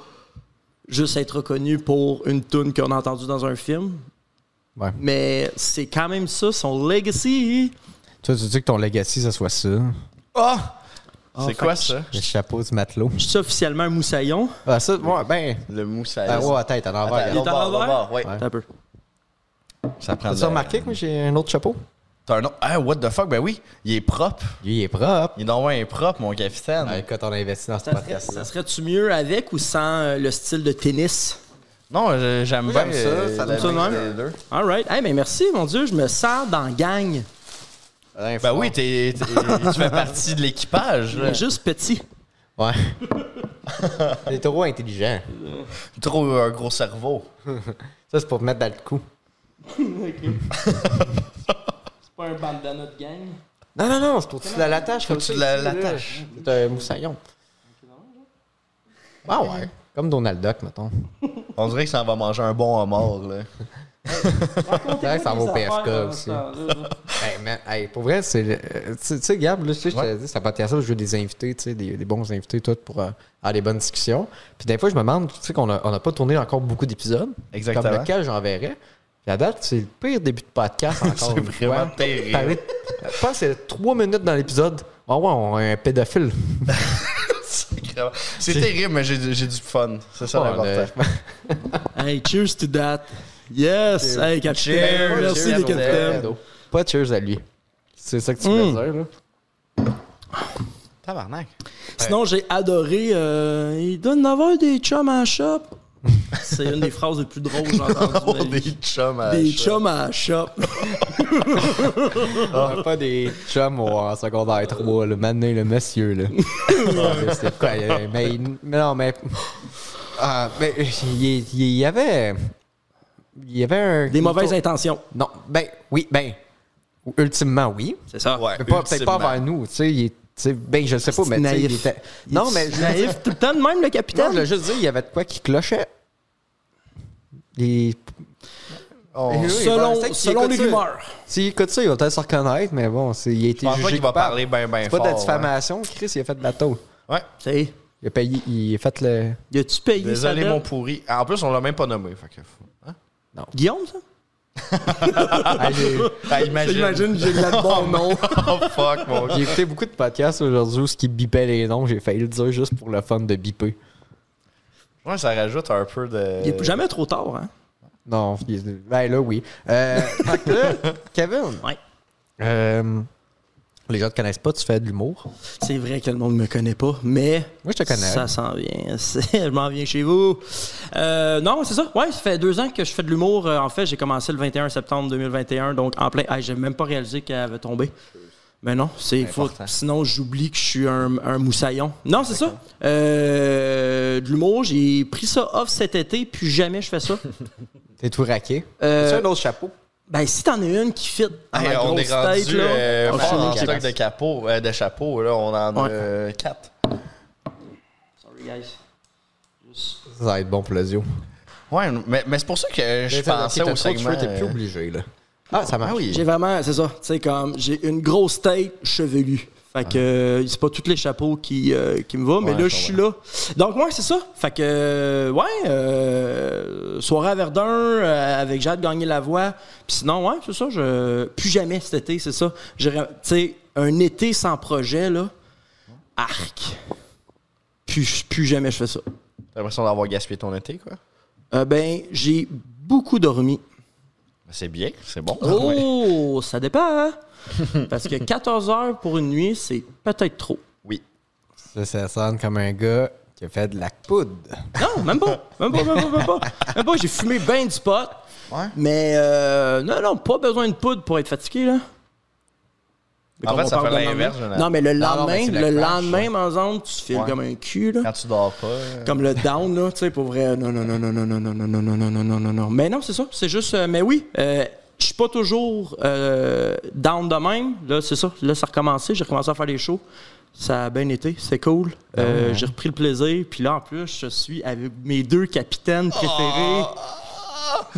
Speaker 3: juste être reconnu pour une tune qu'on a entendue dans un film,
Speaker 2: Ouais.
Speaker 3: mais c'est quand même ça, son legacy.
Speaker 2: Toi, tu dis que ton legacy, ça soit ça.
Speaker 1: Ah!
Speaker 3: fait
Speaker 1: c'est quoi
Speaker 3: que
Speaker 1: ça?
Speaker 2: Le chapeau du matelot.
Speaker 3: Je suis officiellement un moussaillon.
Speaker 2: Ah, ça, ouais, ben.
Speaker 1: Le moussaillon.
Speaker 2: Ben, ouais, attends, t'es à l'envers.
Speaker 1: Attends,
Speaker 2: regarde.
Speaker 3: Il est à
Speaker 1: l'autre bord,
Speaker 3: l'envers?
Speaker 1: l'autre bord, ouais.
Speaker 2: Ouais.
Speaker 3: T'as un peu.
Speaker 1: Ça prend de
Speaker 2: T'as-tu
Speaker 1: la-
Speaker 2: remarqué que moi, j'ai un autre chapeau?
Speaker 1: T'as un nom. Ah, what the fuck? Ben oui, il est propre.
Speaker 2: Lui, il est propre.
Speaker 1: Il est donc bien propre, mon capitaine.
Speaker 2: Ah, écoute, on a investi dans ce
Speaker 3: Ça serait-
Speaker 2: podcast-là.
Speaker 3: ça serait-tu mieux avec ou sans euh, le style de tennis?
Speaker 1: Non, je- j'aime bien.
Speaker 2: j'aime ça, ça
Speaker 1: Euh, la
Speaker 2: me
Speaker 3: tourne
Speaker 1: mix
Speaker 3: bien.
Speaker 1: des deux.
Speaker 3: All right. Hey, mais merci, mon Dieu, je me sens dans gang.
Speaker 1: Ben oui, t'es- t'es- tu fais partie de l'équipage. là.
Speaker 3: Juste petit.
Speaker 2: Ouais. T'es trop intelligent.
Speaker 1: Trop un gros cerveau.
Speaker 2: Ça, c'est pour te mettre dans le cou.
Speaker 3: C'est pas un bandana de gang.
Speaker 2: Non, non, non, c'est pour que tu la l'attaches. Faut
Speaker 1: que tu la- l'attaches.
Speaker 2: C'est un moussaillon. Ah ouais. Comme Donald Duck, mettons.
Speaker 1: On dirait que ça en va manger un bon homard. Là.
Speaker 2: Ouais, ça va au PFK aussi. Hey, man, hey, pour vrai, c'est. le- euh, Tu sais- tu sais, Gab, là, je sais, je te
Speaker 1: Ouais.
Speaker 2: l'ai dit, c'est un podcast, où je veux des invités, tu sais, des, des bons invités, tout, pour euh, avoir des bonnes discussions. Puis des fois, je me demande, tu sais, qu'on n'a on a pas tourné encore beaucoup d'épisodes.
Speaker 1: Exactement.
Speaker 2: Comme lequel j'enverrai. La date, c'est le pire début de podcast encore.
Speaker 1: C'est
Speaker 2: une
Speaker 1: vraiment
Speaker 2: fois.
Speaker 1: terrible.
Speaker 2: Parler de- Je pense que c'est trois minutes dans l'épisode. Ah ouais, on a un pédophile.
Speaker 1: Sacrément. C'est terrible, mais j'ai du j'ai du fun. C'est ça
Speaker 2: Ouais,
Speaker 1: l'important.
Speaker 2: on a-
Speaker 3: Hey, cheers to that. Yes. Hey, capitaine.
Speaker 1: Cheers.
Speaker 3: Merci,
Speaker 1: Cheers,
Speaker 3: les
Speaker 1: mon
Speaker 3: capitaines.
Speaker 1: Ted.
Speaker 2: Pas de cheers à lui. C'est ça que tu
Speaker 1: Hmm.
Speaker 3: Mm.
Speaker 2: voulais dire, là.
Speaker 1: Tabarnak.
Speaker 3: Sinon, j'ai adoré. euh, il donne avoir des chums à la shop. C'est une des phrases les plus drôles que j'ai
Speaker 1: Oh,
Speaker 3: entendues. de ma
Speaker 1: des
Speaker 3: vie.
Speaker 1: chums à
Speaker 3: Des
Speaker 1: chat.
Speaker 3: chums à la shop.
Speaker 2: On a pas des chums au- en secondaire 3, le maintenant le monsieur, là. Ouais, C'était quoi? euh, Mais, il- mais non, mais. Ah, mais il y, il y avait. Il y avait un.
Speaker 3: Des mauvaises intentions.
Speaker 2: Non, ben, oui, ben. Ultimement, oui.
Speaker 3: C'est ça.
Speaker 1: Ouais,
Speaker 2: Mais pas- peut-être pas
Speaker 1: ultimement.
Speaker 2: envers nous, tu sais. il est- tu sais, Ben, je sais pas,
Speaker 3: C'est
Speaker 2: mais tu sais, il
Speaker 3: naïf.
Speaker 2: était. Non, mais. je-
Speaker 3: naïf tout le temps de même, le
Speaker 2: Non, je
Speaker 3: capitaine.
Speaker 2: voulais juste dire, il y avait de quoi qui clochait. Et
Speaker 1: On-
Speaker 2: Oui, oui,
Speaker 3: selon
Speaker 2: ben, c'est qu'il
Speaker 3: selon
Speaker 2: écoute
Speaker 3: les
Speaker 2: ça.
Speaker 3: rumeurs.
Speaker 2: S'il écoute ça, il va peut-être se reconnaître, mais bon, c'est- il a
Speaker 1: Je
Speaker 2: été
Speaker 1: pense pas
Speaker 2: jugé
Speaker 1: qu'il va
Speaker 2: coupable.
Speaker 1: parler bien, bien
Speaker 2: C'est
Speaker 1: fort.
Speaker 2: pas de la
Speaker 1: ouais.
Speaker 2: diffamation, Chris, il a fait de la tôle.
Speaker 1: Ouais.
Speaker 3: T'sais,
Speaker 2: Il a payé, il a fait le.
Speaker 3: y a-tu payé
Speaker 1: Désolé,
Speaker 3: sa dette?
Speaker 1: mon pourri. En plus, on l'a même pas nommé. Fait que... hein?
Speaker 3: Guillaume, ça?
Speaker 2: Ah, j'ai
Speaker 1: Ah, imagine.
Speaker 3: j'ai de la bon nom.
Speaker 1: Oh, fuck, mon
Speaker 2: j'ai
Speaker 1: gars.
Speaker 2: écouté beaucoup de podcasts aujourd'hui où ce qui bipait les noms, j'ai failli le dire juste pour le fun de biper.
Speaker 1: Ouais, ça rajoute un peu de.
Speaker 3: Il est jamais trop tard, hein?
Speaker 2: Non, il- ben là, oui. Euh, fait que là, Kevin.
Speaker 3: Ouais.
Speaker 2: euh, Les gens te connaissent pas, tu fais de l'humour.
Speaker 3: C'est vrai que le monde me connaît pas, mais.
Speaker 2: Moi, je te connais.
Speaker 3: Ça s'en vient. C'est- je m'en viens chez vous. Euh, non, c'est ça. Ouais, ça fait deux ans que je fais de l'humour. Euh, En fait, j'ai commencé le 21 septembre 2021, donc en plein. Hey, j'ai même pas réalisé qu'elle avait tombé. Mais non, c'est faut-
Speaker 2: Important.
Speaker 3: Sinon, j'oublie que je suis un, un moussaillon. Non, c'est ça. Euh, de l'humour, j'ai pris ça off cet été, puis jamais je fais ça.
Speaker 2: T'es tout raqué.
Speaker 3: Euh,
Speaker 2: C'est un autre chapeau.
Speaker 3: ben, si t'en as une qui fit à ma
Speaker 1: Hey, on est
Speaker 3: grosse
Speaker 1: rendu
Speaker 3: tête, là,
Speaker 1: euh,
Speaker 3: on
Speaker 1: fort
Speaker 3: finit
Speaker 1: en
Speaker 3: le
Speaker 1: stock
Speaker 3: casse.
Speaker 1: de, capot, euh, de chapeaux. Là, on en
Speaker 3: Ouais.
Speaker 1: a euh, quatre.
Speaker 3: Sorry, guys. Juste-
Speaker 2: Ça va être bon pour les yeux.
Speaker 1: Ouais, mais, mais c'est pour ça que je pensais au segment.
Speaker 2: T'es plus
Speaker 1: euh,
Speaker 2: obligé, là. Ah, ça marche.
Speaker 1: Ah oui.
Speaker 3: J'ai vraiment, c'est ça, tu sais, comme, j'ai une grosse tête chevelue. Fait que euh, c'est pas tous les chapeaux qui, euh, qui me vont, mais
Speaker 1: Ah. Ouais,
Speaker 3: là,
Speaker 1: je
Speaker 3: je suis là. Donc, ouais, c'est ça. Fait que, euh, ouais, euh, soirée à Verdun euh, avec Jade Gagné la voix. Puis sinon, ouais, c'est ça, je. Plus jamais cet été, c'est ça. J'ai ra- Tu sais, un été sans projet, là, arc. Plus, plus jamais je fais ça.
Speaker 1: T'as l'impression d'avoir gaspillé ton été, quoi.
Speaker 3: Euh, ben, j'ai beaucoup dormi.
Speaker 1: Mais Ben, C'est bien, c'est bon.
Speaker 3: Oh, ça dépend. hein? Parce que 14 heures pour une nuit, c'est peut-être trop.
Speaker 1: Oui.
Speaker 2: Ça, ça sonne comme un gars qui a fait de la poudre.
Speaker 3: Non, même pas. Même pas, même pas, même pas. Même pas, j'ai fumé bien du pot.
Speaker 1: Ouais.
Speaker 3: Mais euh, non, non, pas besoin de poudre pour être fatigué, là.
Speaker 1: En
Speaker 3: Comme
Speaker 1: fait,
Speaker 3: on
Speaker 1: ça
Speaker 3: parle
Speaker 1: fait
Speaker 3: de
Speaker 1: l'inverse,
Speaker 3: lendemain.
Speaker 1: Jonathan.
Speaker 3: Non, mais le
Speaker 2: Non, non,
Speaker 3: lendemain,
Speaker 2: mais c'est le
Speaker 3: le
Speaker 2: crash,
Speaker 3: lendemain, par exemple, tu files
Speaker 1: Ouais.
Speaker 3: comme un cul, là.
Speaker 1: Quand tu dors pas. euh,
Speaker 3: Comme le down, là, tu sais, pour vrai. Non, non, non, non, non, non, non, non, non, non, non, non, non, non, non. Mais non, c'est ça. C'est juste. euh, mais oui, euh, je suis pas toujours euh, down de même. Là, c'est ça. Là, ça a recommencé. J'ai recommencé à faire des shows. Ça a bien été. C'est cool.
Speaker 1: Ben hein.
Speaker 3: Euh, J'ai repris le plaisir. Puis là, en plus, je suis avec mes deux capitaines préférés.
Speaker 1: Ah!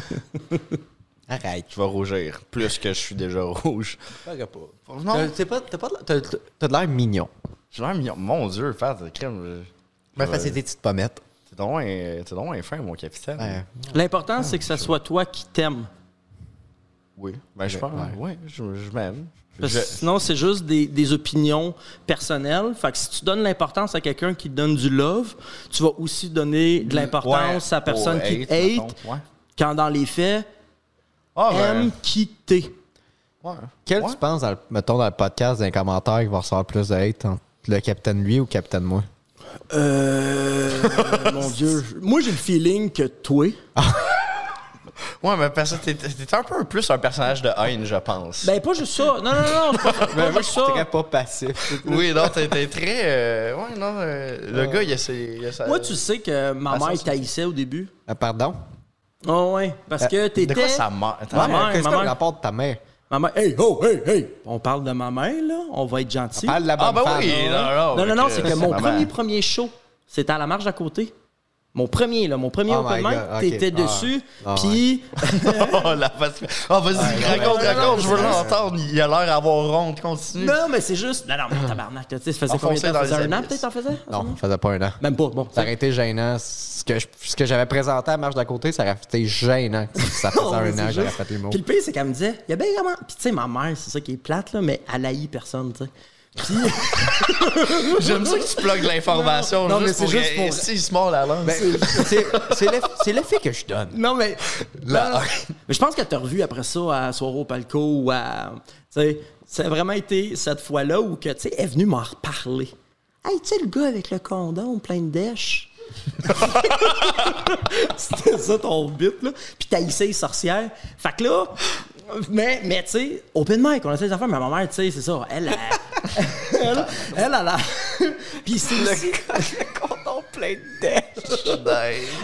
Speaker 2: Arrête.
Speaker 1: Je vais rougir. Plus que je suis déjà rouge.
Speaker 2: T'as pas.
Speaker 1: Non,
Speaker 2: T'as pas- t'as pas de- t'as- t'as de l'air mignon.
Speaker 1: j'ai l'air mignon. Mon Dieu, Fat, de crème.
Speaker 2: Mais c'est Ben, tes petites pommettes. Ben,
Speaker 1: T'es donc un- t'es donc un fin, mon capitaine.
Speaker 2: Ouais.
Speaker 3: L'important, c'est que ça soit toi qui t'aimes.
Speaker 1: Oui. Ben, je pense. Oui, je, je m'aime.
Speaker 3: Parce
Speaker 1: Je-
Speaker 3: que sinon, c'est juste des, des opinions personnelles. Fait que si tu donnes l'importance à quelqu'un qui te donne du love, tu vas aussi donner de l'importance
Speaker 1: Ouais,
Speaker 3: à la personne
Speaker 1: au
Speaker 3: qui
Speaker 1: hate,
Speaker 3: te hate,
Speaker 1: mettons, ouais.
Speaker 3: quand dans les faits,
Speaker 1: Ah, ben,
Speaker 3: aime qui t'es.
Speaker 1: ouais.
Speaker 2: Quel
Speaker 1: Ouais.
Speaker 2: tu penses, dans le- mettons, dans le podcast, dans les commentaires, qui va recevoir plus de hate entre le capitaine lui ou le capitaine moi?
Speaker 3: Euh, mon Dieu. Moi, j'ai le feeling que toi.
Speaker 1: Ouais, mais parce que t'es- t'es un peu plus un personnage de haine, je pense.
Speaker 3: Ben, pas juste ça. Non, non, non, c'est pas, pas
Speaker 2: Ben,
Speaker 3: juste ça.
Speaker 2: pas passif.
Speaker 1: oui, non, t'es t'es très. euh, ouais, non, euh, le gars, il a, ses, il a sa-
Speaker 3: Moi, tu sais que ma
Speaker 1: Ah, ça,
Speaker 3: mère
Speaker 1: ça.
Speaker 3: t'haïssait au début.
Speaker 2: Ah, pardon? Ah
Speaker 3: Oh, ouais. Parce
Speaker 2: Euh,
Speaker 3: que t'étais.
Speaker 1: De quoi ça meurt?
Speaker 3: Ma mère,
Speaker 2: Qu'est-ce
Speaker 3: ma
Speaker 2: que le
Speaker 3: mère.
Speaker 2: rapport de ta mère?
Speaker 3: Ma mère, hey, oh, hey, hey. On parle de ma mère, là. On va être gentil.
Speaker 2: Parle de la bonne
Speaker 1: Ah, ben
Speaker 2: femme. hein?
Speaker 1: oui! Non, non,
Speaker 3: Non, non, non, c'est que mon
Speaker 1: maman.
Speaker 3: premier, premier show, c'était à la marge d'à côté. Mon premier, là, mon premier
Speaker 2: Oh
Speaker 3: open
Speaker 2: my
Speaker 3: mic,
Speaker 2: God, ok.
Speaker 3: t'étais
Speaker 2: Ah.
Speaker 3: dessus,
Speaker 2: Ah,
Speaker 3: puis...
Speaker 1: Oh, la face. Oh, vas-y, raconte,
Speaker 3: non, non,
Speaker 1: raconte, je veux
Speaker 3: c'est-
Speaker 1: l'entendre. Il a l'air d'avoir honte, continue.
Speaker 3: non, mais c'est juste... Non, non, mais
Speaker 2: Ah.
Speaker 3: tabarnak, là, tu sais, ça faisait combien de
Speaker 1: Enfoncé
Speaker 3: temps?
Speaker 1: dans
Speaker 3: Ça faisait
Speaker 1: les
Speaker 3: un an,
Speaker 1: abysses.
Speaker 3: peut-être, t'en faisais? en ce
Speaker 2: Non,
Speaker 3: moment?
Speaker 2: ça faisait pas un an.
Speaker 3: Même pas, bon.
Speaker 2: Ça aurait été gênant. Ce que, je- ce que j'avais présenté à Marche d'à côté, ça aurait été gênant. Ça faisait
Speaker 3: Non, mais
Speaker 2: un
Speaker 3: c'est
Speaker 2: an que j'aurais
Speaker 3: juste-
Speaker 2: fait les mots.
Speaker 3: Puis le pire, c'est qu'elle me disait, il y a bien vraiment... Puis tu sais, ma mère, c'est ça qui est plate, là, mais elle haït personne, tu sais. Puis...
Speaker 1: J'aime ça que tu plugues l'information.
Speaker 3: Non,
Speaker 1: Non,
Speaker 3: mais
Speaker 1: juste
Speaker 3: c'est
Speaker 1: pour
Speaker 3: juste pour-
Speaker 1: que- Si, il se mord la langue.
Speaker 2: Ben, c'est c'est l'eff- c'est l'effet que je donne.
Speaker 3: non, mais...
Speaker 1: La-
Speaker 3: Non, non. mais je pense qu'elle t'a revu après ça à Soirée au Palco ou à... Tu sais, ça a vraiment été cette fois-là où que, tu sais, elle est venue m'en reparler. Hey, tu sais, le gars avec le condom plein de dèche. C'était ça ton but, là. Puis t'haïssais les sorcières. Fait que là, mais, mais tu sais, open mic, on a des affaires, mais ma mère, tu sais, c'est ça. Elle, elle, elle, elle, a la- Puis c'est aussi-
Speaker 2: plein de tête.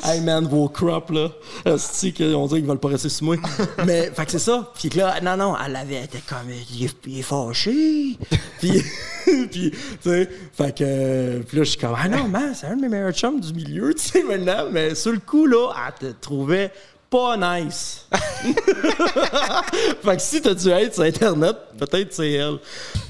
Speaker 3: Hey man, vos crops là, c'est qu'on dirait qu'ils veulent pas rester sous moi. Mais, fait que c'est ça. Puis que là, non, non, elle avait, elle était comme, il est, il est fâché. Puis, puis, tu sais, fait que, puis là, je suis comme, ah non, man, c'est un de mes meilleurs chums du milieu, tu sais, maintenant. Mais sur le coup, là, elle te trouvait pas nice. fait que si t'as du hate sur Internet, peut-être c'est elle.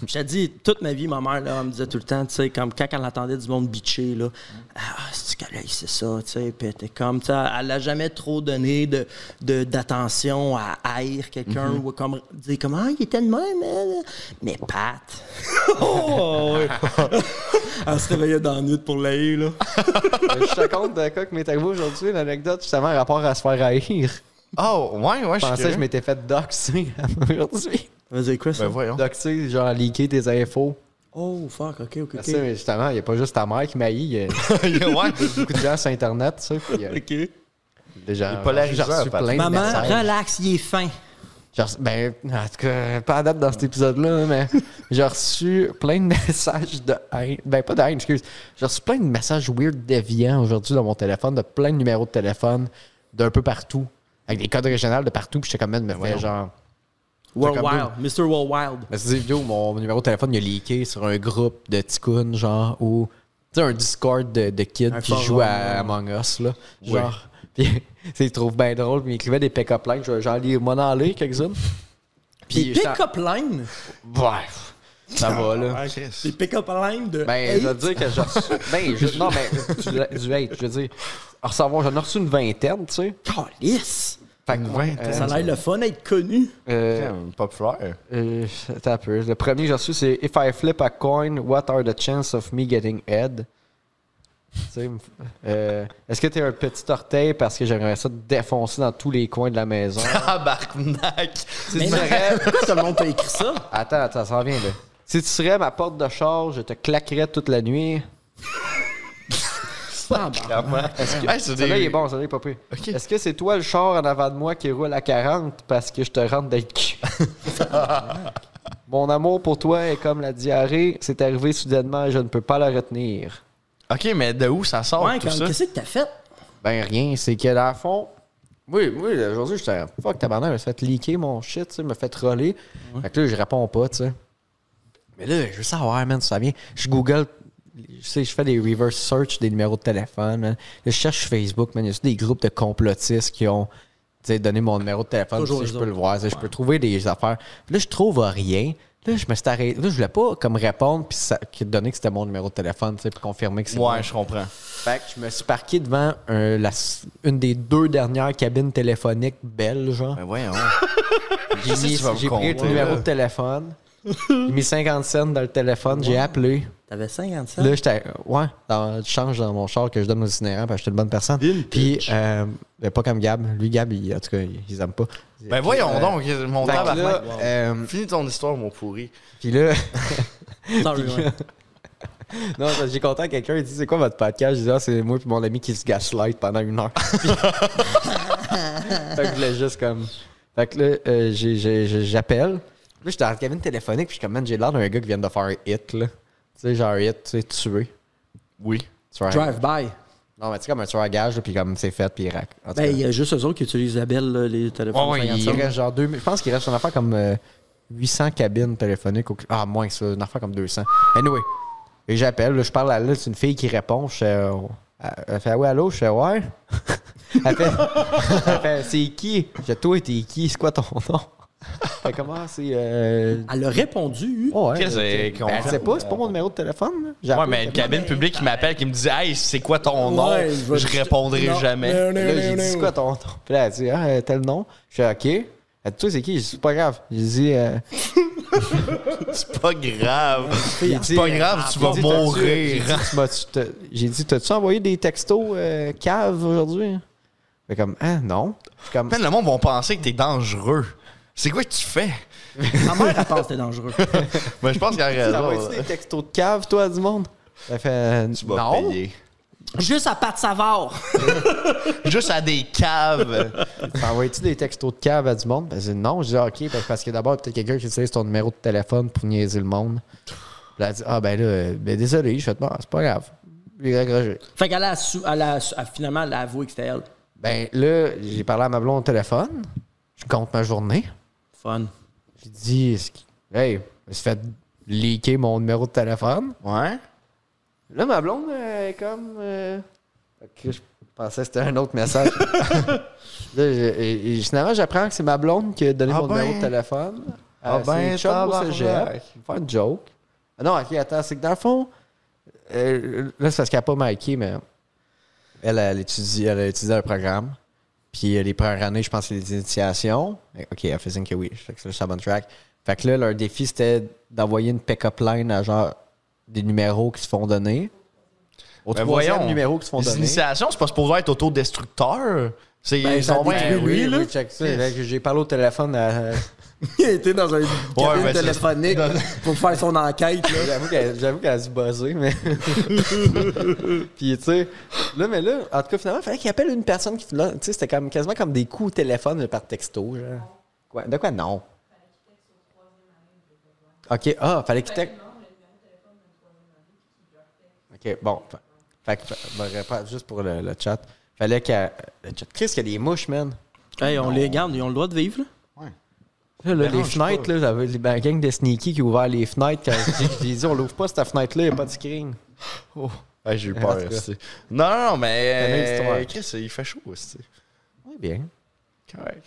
Speaker 3: Je te dis, toute ma vie, ma mère, là, elle me disait tout le temps, tu sais, comme quand elle entendait du monde bitcher, là, ah, c'est qu'elle c'est ça, tu sais, puis elle était comme, tu sais, elle a jamais trop donné de, de- d'attention à haïr quelqu'un ou comme dire, comme, ah, il était de même, hein. mais Pat. oh, ouais. elle se réveillait dans la nuit pour l'haïr, là.
Speaker 2: Je te compte de quoi que m'est arrivé aujourd'hui, une anecdote justement en rapport à se faire haïr.
Speaker 1: Oh, ouais, ouais,
Speaker 2: Je pensais que
Speaker 1: je
Speaker 2: je m'étais fait doxer aujourd'hui.
Speaker 3: Vas-y, quoi, ça?
Speaker 1: Ben voyons.
Speaker 2: Donc, tu sais, genre, leaker tes infos.
Speaker 3: Oh, fuck, ok, ok,
Speaker 2: Tu sais,
Speaker 3: ok.
Speaker 2: mais justement, il n'y a pas juste ta mère qui maillit, il y a
Speaker 1: ouais.
Speaker 2: beaucoup de gens sur Internet, tu sais. puis il y a
Speaker 3: Ok.
Speaker 2: des gens-
Speaker 1: Il est polarisant,
Speaker 2: j'ai reçu
Speaker 1: Pat.
Speaker 2: plein de
Speaker 3: Maman,
Speaker 2: messages.
Speaker 3: relax, il est fin.
Speaker 2: J'ai reçu- ben, en tout cas, pas à date dans cet épisode-là, hein, mais j'ai reçu plein de messages de haine. Ben, pas de haine, excuse. J'ai reçu plein de messages weird déviants aujourd'hui dans mon téléphone, de plein de numéros de téléphone, d'un peu partout, avec des codes régionaux de partout, puis j'étais comme, man, me fait
Speaker 1: voyons.
Speaker 2: genre.
Speaker 3: World
Speaker 2: comme
Speaker 3: Wild. Mr. World Wild.
Speaker 2: Mais c'est des vidéos où mon numéro de téléphone il a leaké sur un groupe de ticounes, genre, ou tu sais, un Discord de, de kids
Speaker 3: Un
Speaker 2: qui
Speaker 3: forum,
Speaker 2: jouent à
Speaker 3: ouais.
Speaker 2: Among Us, là. Genre. Puis, tu sais, ils trouvent bien drôle, puis ils écrivaient des pick-up lines, genre, j'en lis, moi en lis quelques-unes.
Speaker 3: Des
Speaker 2: j'étais-
Speaker 3: pick-up lines.
Speaker 2: Bref, ça va, là.
Speaker 1: Ah,
Speaker 3: Des
Speaker 1: Chris.
Speaker 3: pick-up lines de.
Speaker 2: Ben,
Speaker 3: hate.
Speaker 2: je veux dire que j'ai reçu. Ben, je- non, mais du, du hate, je veux dire. À recevoir, j'en ai reçu une vingtaine, tu sais.
Speaker 3: Calisse.
Speaker 2: Fait que,
Speaker 1: Ouais,
Speaker 2: euh,
Speaker 3: Ça a l'air le fun d'être connu.
Speaker 2: euh,
Speaker 1: Damn, Pop Fleur.
Speaker 2: Euh, attends un peu. Le premier que j'ai reçu, c'est If I flip a coin, what are the chances of me getting head? Tu sais, euh, Est-ce que t'es un petit orteil parce que j'aimerais ça te défoncer dans tous les coins de la maison?
Speaker 1: Tabarnak.
Speaker 2: Si
Speaker 3: Mais
Speaker 2: tu
Speaker 3: non.
Speaker 2: serais-
Speaker 3: Pourquoi tout le monde t'a écrit ça?
Speaker 2: Attends, attends, ça en vient là. Si tu serais ma porte de char, je te claquerais toute la nuit.
Speaker 3: Ah,
Speaker 2: ben.
Speaker 3: bah.
Speaker 1: Clairement. Hey, c'est
Speaker 2: Celui-là,
Speaker 1: des-
Speaker 2: il est bon, celui-là, il est pas pris.
Speaker 1: Ok.
Speaker 2: Est-ce que c'est toi le char en avant de moi qui roule à 40 parce que je te rentre d'être cul? Mon amour pour toi est comme la diarrhée, c'est arrivé soudainement et je ne peux pas la retenir.
Speaker 1: Ok, mais de où ça sort
Speaker 3: Ouais,
Speaker 1: tout
Speaker 3: comme,
Speaker 1: ça?
Speaker 3: qu'est-ce que t'as fait?
Speaker 2: Ben rien, c'est que dans le fond. Oui, oui, aujourd'hui, j'étais un fuck tabarnak, je me suis fait leaker mon shit, tu sais, je me fait troller. Fait que là, je réponds pas, tu sais. Mais là, je veux savoir, man, ça vient. Je Google, je sais, je fais des reverse search des numéros de téléphone, man. Là, je cherche sur Facebook, man, il y a des groupes de complotistes qui ont, tu sais, donné mon numéro de téléphone,
Speaker 3: Toujours
Speaker 2: tu sais,
Speaker 3: eux
Speaker 2: je peux le
Speaker 3: autres.
Speaker 2: voir, tu sais, je peux trouver des affaires. Puis là, je trouve rien. Là, je me suis arrêté. Là, je voulais pas comme répondre puis ça, donner que c'était mon numéro de téléphone, tu sais, pour confirmer que c'est moi.
Speaker 1: Ouais, je comprends.
Speaker 2: Fait que je me suis parqué devant un- la- une des deux dernières cabines téléphoniques belges. genre.
Speaker 1: Ben voyons.
Speaker 2: J'ai
Speaker 1: Ah, sais
Speaker 2: mis-
Speaker 1: que tu vas me
Speaker 2: j'ai pris le
Speaker 1: compter,
Speaker 2: numéro
Speaker 1: là.
Speaker 2: de téléphone. J'ai mis 50 cents dans le téléphone, j'ai appelé.
Speaker 3: T'avais 50
Speaker 1: Hein?
Speaker 3: cents?
Speaker 2: Là, j'étais. Ouais, dans, je change dans mon char que je donne aux itinérants parce que j'étais une bonne personne. Puis, euh, ben, pas comme Gab. Lui, Gab, il- en tout cas, ils ils aiment pas.
Speaker 1: Ben voyons donc, mon
Speaker 2: Fait que là,
Speaker 1: tabarnak.
Speaker 2: euh,
Speaker 1: Finis ton histoire, mon pourri.
Speaker 2: Puis là.
Speaker 3: Sorry, ouais.
Speaker 2: Non, parce que j'ai contacté quelqu'un, il dit c'est quoi votre podcast? Je dis ah, c'est moi puis mon ami qui se gaslight pendant une heure. Puis- fait que je voulais juste comme. Fait que là, euh, j'ai- j'ai- j'ai- j'appelle. Là, j'étais dans la cabine téléphonique, puis je suis comme, man, j'ai l'air d'un gars qui vient de faire un hit, là. Tu sais, genre hit, tu sais, tuer.
Speaker 1: Oui.
Speaker 2: Tueur à-
Speaker 3: Drive-by.
Speaker 2: Non, mais tu sais, comme un tueur à gage, là, puis comme c'est fait, puis il rac. en tout
Speaker 3: Ben,
Speaker 2: cas.
Speaker 3: il y a juste eux autres qui utilisent la belle, là, les téléphones.
Speaker 2: Ouais, ouais,
Speaker 3: 50
Speaker 2: il
Speaker 3: cents.
Speaker 2: reste genre 2000. Je pense qu'il reste une affaire comme euh, 800 cabines téléphoniques. au- Ah, moins que ça, une affaire comme 200. Anyway. Et j'appelle, là, je parle à là, c'est une fille qui répond. Je fais, euh, elle fait, ouais, allô? Je fais, ouais. elle fait, elle fait, c'est qui? Je fais, toi, t'es qui? C'est quoi ton nom? Elle fait, comment? C'est. euh,
Speaker 3: Elle a répondu.
Speaker 2: oh, ouais,
Speaker 1: Ah, Qu'est-ce
Speaker 2: tu sais.
Speaker 1: qu'on
Speaker 2: Ben, elle
Speaker 1: fait?
Speaker 2: sait pas, c'est pas mon numéro de téléphone. là. J'ai
Speaker 1: Ouais,
Speaker 2: appelé,
Speaker 1: mais
Speaker 2: elle
Speaker 1: une
Speaker 2: fait,
Speaker 1: cabine publique qui m'appelle, qui me dit Hey, c'est quoi ton nom
Speaker 3: Ouais,
Speaker 1: Je,
Speaker 3: vais-
Speaker 1: répondrai
Speaker 3: Non,
Speaker 1: jamais.
Speaker 3: non, non,
Speaker 2: Là,
Speaker 3: non,
Speaker 2: j'ai dit,
Speaker 3: non.
Speaker 2: c'est quoi ton nom? Puis là, elle dit, ah, euh, tel nom. Je fais, OK. Elle dit, toi, c'est qui? Je dis, c'est pas grave. J'ai dit, euh,
Speaker 1: C'est pas grave. C'est pas
Speaker 2: dit,
Speaker 1: grave,
Speaker 2: euh,
Speaker 1: tu
Speaker 2: j'ai
Speaker 1: vas
Speaker 2: dit, t'as-tu- j'ai
Speaker 1: mourir.
Speaker 2: dit, tu m'as- tu t'as- J'ai dit, t'as-tu envoyé des textos euh, caves aujourd'hui? Fait comme, ah, non. Je suis comme,
Speaker 1: Man, le monde va penser que t'es dangereux. C'est quoi que tu fais?
Speaker 3: Ma mère, elle pense que c'était dangereux.
Speaker 1: Ben, je pense qu'il y a
Speaker 2: t'as
Speaker 1: raison.
Speaker 2: envoyé des textos de cave, toi, du monde? Elle fait, euh,
Speaker 1: Tu vas
Speaker 2: non.
Speaker 1: payer.
Speaker 3: Juste à Pat Savard.
Speaker 1: Juste à des caves.
Speaker 2: T'envoies-tu des textos de cave à du monde? Ben, j'ai dit, non. Je dis, OK, parce- parce que d'abord, peut-être quelqu'un qui utilise ton numéro de téléphone pour niaiser le monde. Puis là, elle dit, ah, ben là, euh, ben, désolé. Je fais, non, c'est pas grave. J'ai raccroché.
Speaker 3: Fait qu'elle a, assu- elle a assu- elle- finalement, elle a avoué que c'était elle.
Speaker 2: Ben là, j'ai parlé à ma blonde au téléphone. Je compte ma journée.
Speaker 3: Fun.
Speaker 2: J'ai dit, est-ce que- hey, je me suis fait leaker mon numéro de téléphone.
Speaker 1: Ouais?
Speaker 2: Là, ma blonde, euh, elle est comme. euh, ok, je pensais que c'était un autre message. là, je- et- et finalement, j'apprends que c'est ma blonde qui a donné
Speaker 1: Ah
Speaker 2: mon
Speaker 1: ben.
Speaker 2: numéro de téléphone.
Speaker 1: Ah
Speaker 2: Euh,
Speaker 1: ben,
Speaker 2: c'est une chum au
Speaker 1: tabarnak.
Speaker 2: cégep. Faire une joke. Ah non, ok, attends, c'est que dans le fond, euh, là, c'est parce qu'elle n'a pas Mikey, mais elle, elle étudie, elle a étudié un programme. Puis euh, les premières années, je pense que c'est les initiations. Mais, Ok, elle faisait que oui. Fait que c'est sur la bonne track. Fait que là, leur défi, c'était d'envoyer une pick-up line à genre des numéros qui se font donner. Au
Speaker 1: Ben
Speaker 2: troisième
Speaker 1: voyons.
Speaker 2: numéro qui se font
Speaker 1: Les
Speaker 2: donner.
Speaker 1: initiations, c'est pas supposé être autodestructeur. C'est.
Speaker 3: Ben,
Speaker 1: ils
Speaker 3: ça
Speaker 1: sont bien-
Speaker 3: détruit, lui, là.
Speaker 2: check ça. Fait que J'ai parlé au téléphone à.
Speaker 3: Il a été dans un cabine
Speaker 1: ben, c'est-
Speaker 3: téléphonique pour faire son enquête. là.
Speaker 2: J'avoue qu'elle j'avoue qu'elle a dû buzzer, mais. Puis, tu sais, là, mais là, en tout cas, finalement, il fallait qu'il appelle une personne qui. là, Tu sais, c'était comme, quasiment comme des coups au téléphone mais par texto, genre. Quoi? De quoi non? Ok, ah, fallait qu'il texte. Ok, bon. fa- Fait que, fa- bon, répète, juste pour le, le chat, fallait qu'elle. Le chat. Chris, qu'il y a des mouches, man.
Speaker 3: Hey, on les garde, ils ont le droit de vivre. là.
Speaker 2: Là, là, les
Speaker 1: Dérange
Speaker 2: fenêtres, là, j'avais les ben, gang de sneaky qui a ouvert les fenêtres quand j'ai- j'ai dit on l'ouvre pas cette fenêtre-là, il n'y a pas de screen.
Speaker 1: Ouais, j'ai eu
Speaker 2: En
Speaker 1: peur.
Speaker 2: tout cas.
Speaker 1: c'est- Non, non, non,
Speaker 2: T'as une
Speaker 1: mais.
Speaker 2: histoire.
Speaker 1: Chris, il fait chaud aussi.
Speaker 2: Oui, bien.
Speaker 1: Correct.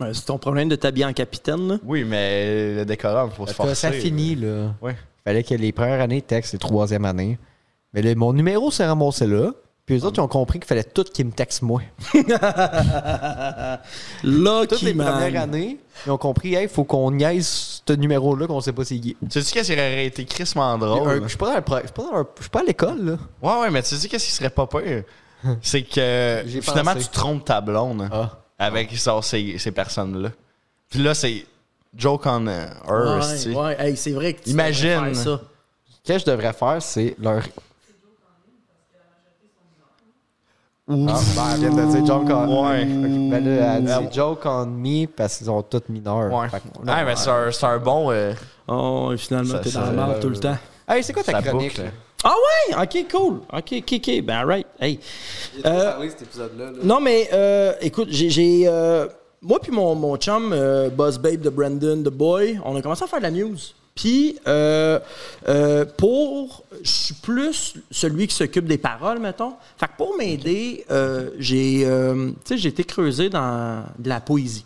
Speaker 3: Ouais, c'est ton problème de t'habiller en capitaine. là.
Speaker 1: Oui, mais le décorum, il faut se
Speaker 2: En tout cas,
Speaker 1: forcer.
Speaker 2: ça finit, là.
Speaker 1: Ouais.
Speaker 2: Fallait que les premières années de texte, les troisième année. Mais là, mon numéro s'est ramassé là. Puis eux autres, ils ont compris qu'il fallait tout qu'ils me textent moi. Toutes
Speaker 3: Lucky
Speaker 2: les
Speaker 3: man.
Speaker 2: premières années, ils ont compris, hey, faut qu'on niaise ce numéro-là qu'on sait pas c'est qui.
Speaker 1: Tu sais, qu'est-ce qui aurait été Chris Mandrol?
Speaker 2: Un- Je suis pas dans le pro- je suis pas dans le- je suis pas à l'école, là.
Speaker 1: Ouais, ouais, mais tu sais, qu'est-ce qui serait pas pire? C'est que
Speaker 2: J'ai
Speaker 1: finalement,
Speaker 2: pensé.
Speaker 1: tu trompes ta blonde
Speaker 2: Ah.
Speaker 1: avec genre, ces, ces personnes-là. Puis là, c'est joke on euh, her,
Speaker 3: Ouais,
Speaker 1: tu sais.
Speaker 3: ouais, hey, c'est vrai que tu
Speaker 1: Imagine.
Speaker 3: devrais faire ça.
Speaker 2: Qu'est-ce que je devrais faire, c'est leur.
Speaker 1: Ouh.
Speaker 2: Ah, ben, elle vient de dire joke on
Speaker 1: Ouais.
Speaker 2: me. Ben là, elle
Speaker 1: Ouais.
Speaker 2: dit joke on me parce qu'ils ont tous mineurs.
Speaker 1: Ouais.
Speaker 2: Fait que-
Speaker 1: Ouais, mais c'est un, c'est un bon. euh,
Speaker 3: Oh, et finalement,
Speaker 1: Ça,
Speaker 3: t'es dans
Speaker 1: ça,
Speaker 3: la merde
Speaker 2: euh,
Speaker 3: tout le temps.
Speaker 2: Hey, c'est quoi ta
Speaker 1: Ça
Speaker 2: chronique,
Speaker 1: boucle.
Speaker 2: là?
Speaker 3: Ah ouais? OK, cool. OK, OK, OK. Ben, all right. Hey. Euh,
Speaker 2: Ah cet épisode-là.
Speaker 3: non, mais euh, écoute, j'ai... j'ai, euh, moi puis mon, mon chum, euh, Buzz Babe de Brandon, The Boy, on a commencé à faire de la news. Puis, euh, euh, pour... Je suis plus celui qui s'occupe des paroles, mettons. Fait que pour m'aider, euh, j'ai... euh, tu sais, j'ai été creusé dans de la poésie.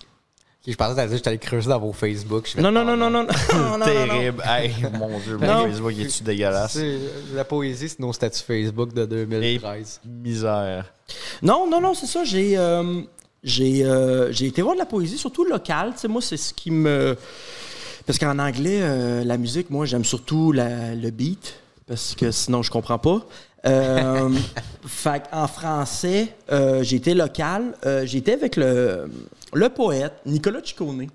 Speaker 2: Je pensais que t'allais dire, je t'allais creuser dans vos Facebook. je fais-
Speaker 3: Non, non, non, non, non. non, non, non, non.
Speaker 1: terrible. Hey, mon Dieu, mon
Speaker 3: Non.
Speaker 1: Facebook, il est-tu dégueulasse?
Speaker 2: C'est- La poésie, c'est nos statuts Facebook de 2013.
Speaker 1: Misère.
Speaker 3: Non, non, non, c'est ça. J'ai euh, j'ai euh, j'ai été voir de la poésie, surtout locale. Tu sais, moi, c'est ce qui me. Parce qu'en anglais, euh, la musique, moi, j'aime surtout la- le beat, parce que sinon, je comprends pas. Euh, fait en français, euh, j'ai été local. euh, j'ai été avec le, le poète Nicolas Ciccone.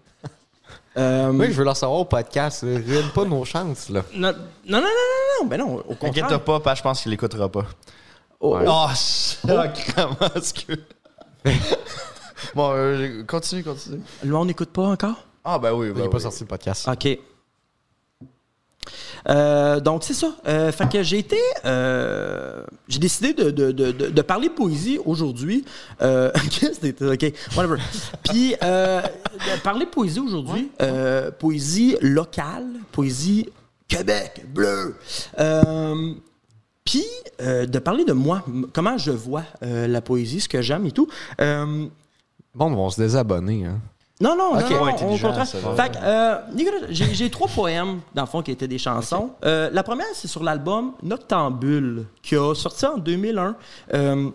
Speaker 3: Euh,
Speaker 2: Moi, je veux leur savoir au podcast. là. Ruine pas nos chances, là.
Speaker 3: non, non, non, non, non, non, ben non, au contraire.
Speaker 1: Inquiète-toi pas, parce que je pense qu'il l'écoutera pas.
Speaker 3: Oh, oh.
Speaker 1: Oh, sacrément, ce que. Bon, euh, continue, continue.
Speaker 3: Lui, on n'écoute pas encore?
Speaker 1: Ah, ben oui, ben
Speaker 2: Il est pas
Speaker 1: oui.
Speaker 2: sorti le podcast.
Speaker 3: OK. Euh, donc, c'est ça. Euh, fait que j'ai été. euh, j'ai décidé de, de, de, de, de parler poésie aujourd'hui. Euh, qu'est-ce que c'était? OK, whatever. Puis, euh, de parler poésie aujourd'hui, euh, poésie locale, poésie Québec, bleu. Euh, puis, euh, de parler de moi, m- comment je vois euh, la poésie, ce que j'aime et tout. Euh,
Speaker 2: Bon, ils vont se désabonner. Hein.
Speaker 3: non, non,
Speaker 1: Ok.
Speaker 3: non, non,
Speaker 1: Ouais,
Speaker 3: on
Speaker 1: intelligent,
Speaker 3: contraire.
Speaker 1: ça va.
Speaker 3: Fait que, euh, Nicolas, j'ai j'ai trois poèmes, dans le fond, qui étaient des chansons. Euh, la première, c'est sur l'album Noctambule, qui a sorti en 2001. Euh,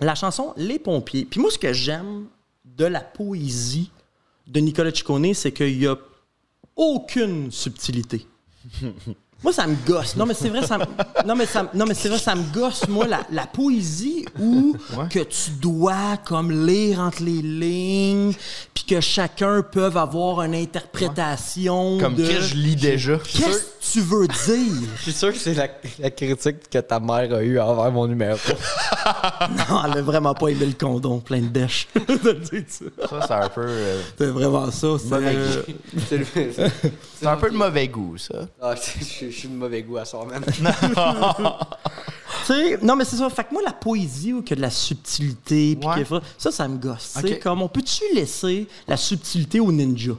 Speaker 3: la chanson Les pompiers. Puis moi, ce que j'aime de la poésie de Nicolas Ciccone, c'est qu'il n'y a aucune subtilité. Moi, ça me gosse. Non, mais c'est vrai, ça me... Non, mais, ça me- non, mais c'est vrai, ça me gosse, moi, la, la poésie où que tu dois, comme, lire entre les lignes, puis que chacun peut avoir une interprétation
Speaker 1: Comme
Speaker 3: de...
Speaker 1: Chris, je lis déjà.
Speaker 3: Qu'est-ce que tu veux dire?
Speaker 2: Je suis sûr que c'est la, critique que ta mère a eue envers mon numéro.
Speaker 3: non, Ah, elle a vraiment pas aimé le condom, plein de dèche. De dire ça.
Speaker 1: Ça, c'est un peu. euh,
Speaker 3: c'est vraiment ça. c'est- euh,
Speaker 2: c'est le...
Speaker 1: C'est un peu de mauvais goût, ça.
Speaker 2: ah, je, je suis de mauvais goût à ça, man.
Speaker 3: Tu sais, non, mais c'est ça. Fait que moi, la poésie ou que de la subtilité, puis
Speaker 1: Ouais.
Speaker 3: que- ça, ça me gosse. tu sais.
Speaker 1: Ok.
Speaker 3: Comme, on peut-tu laisser la subtilité au ninja?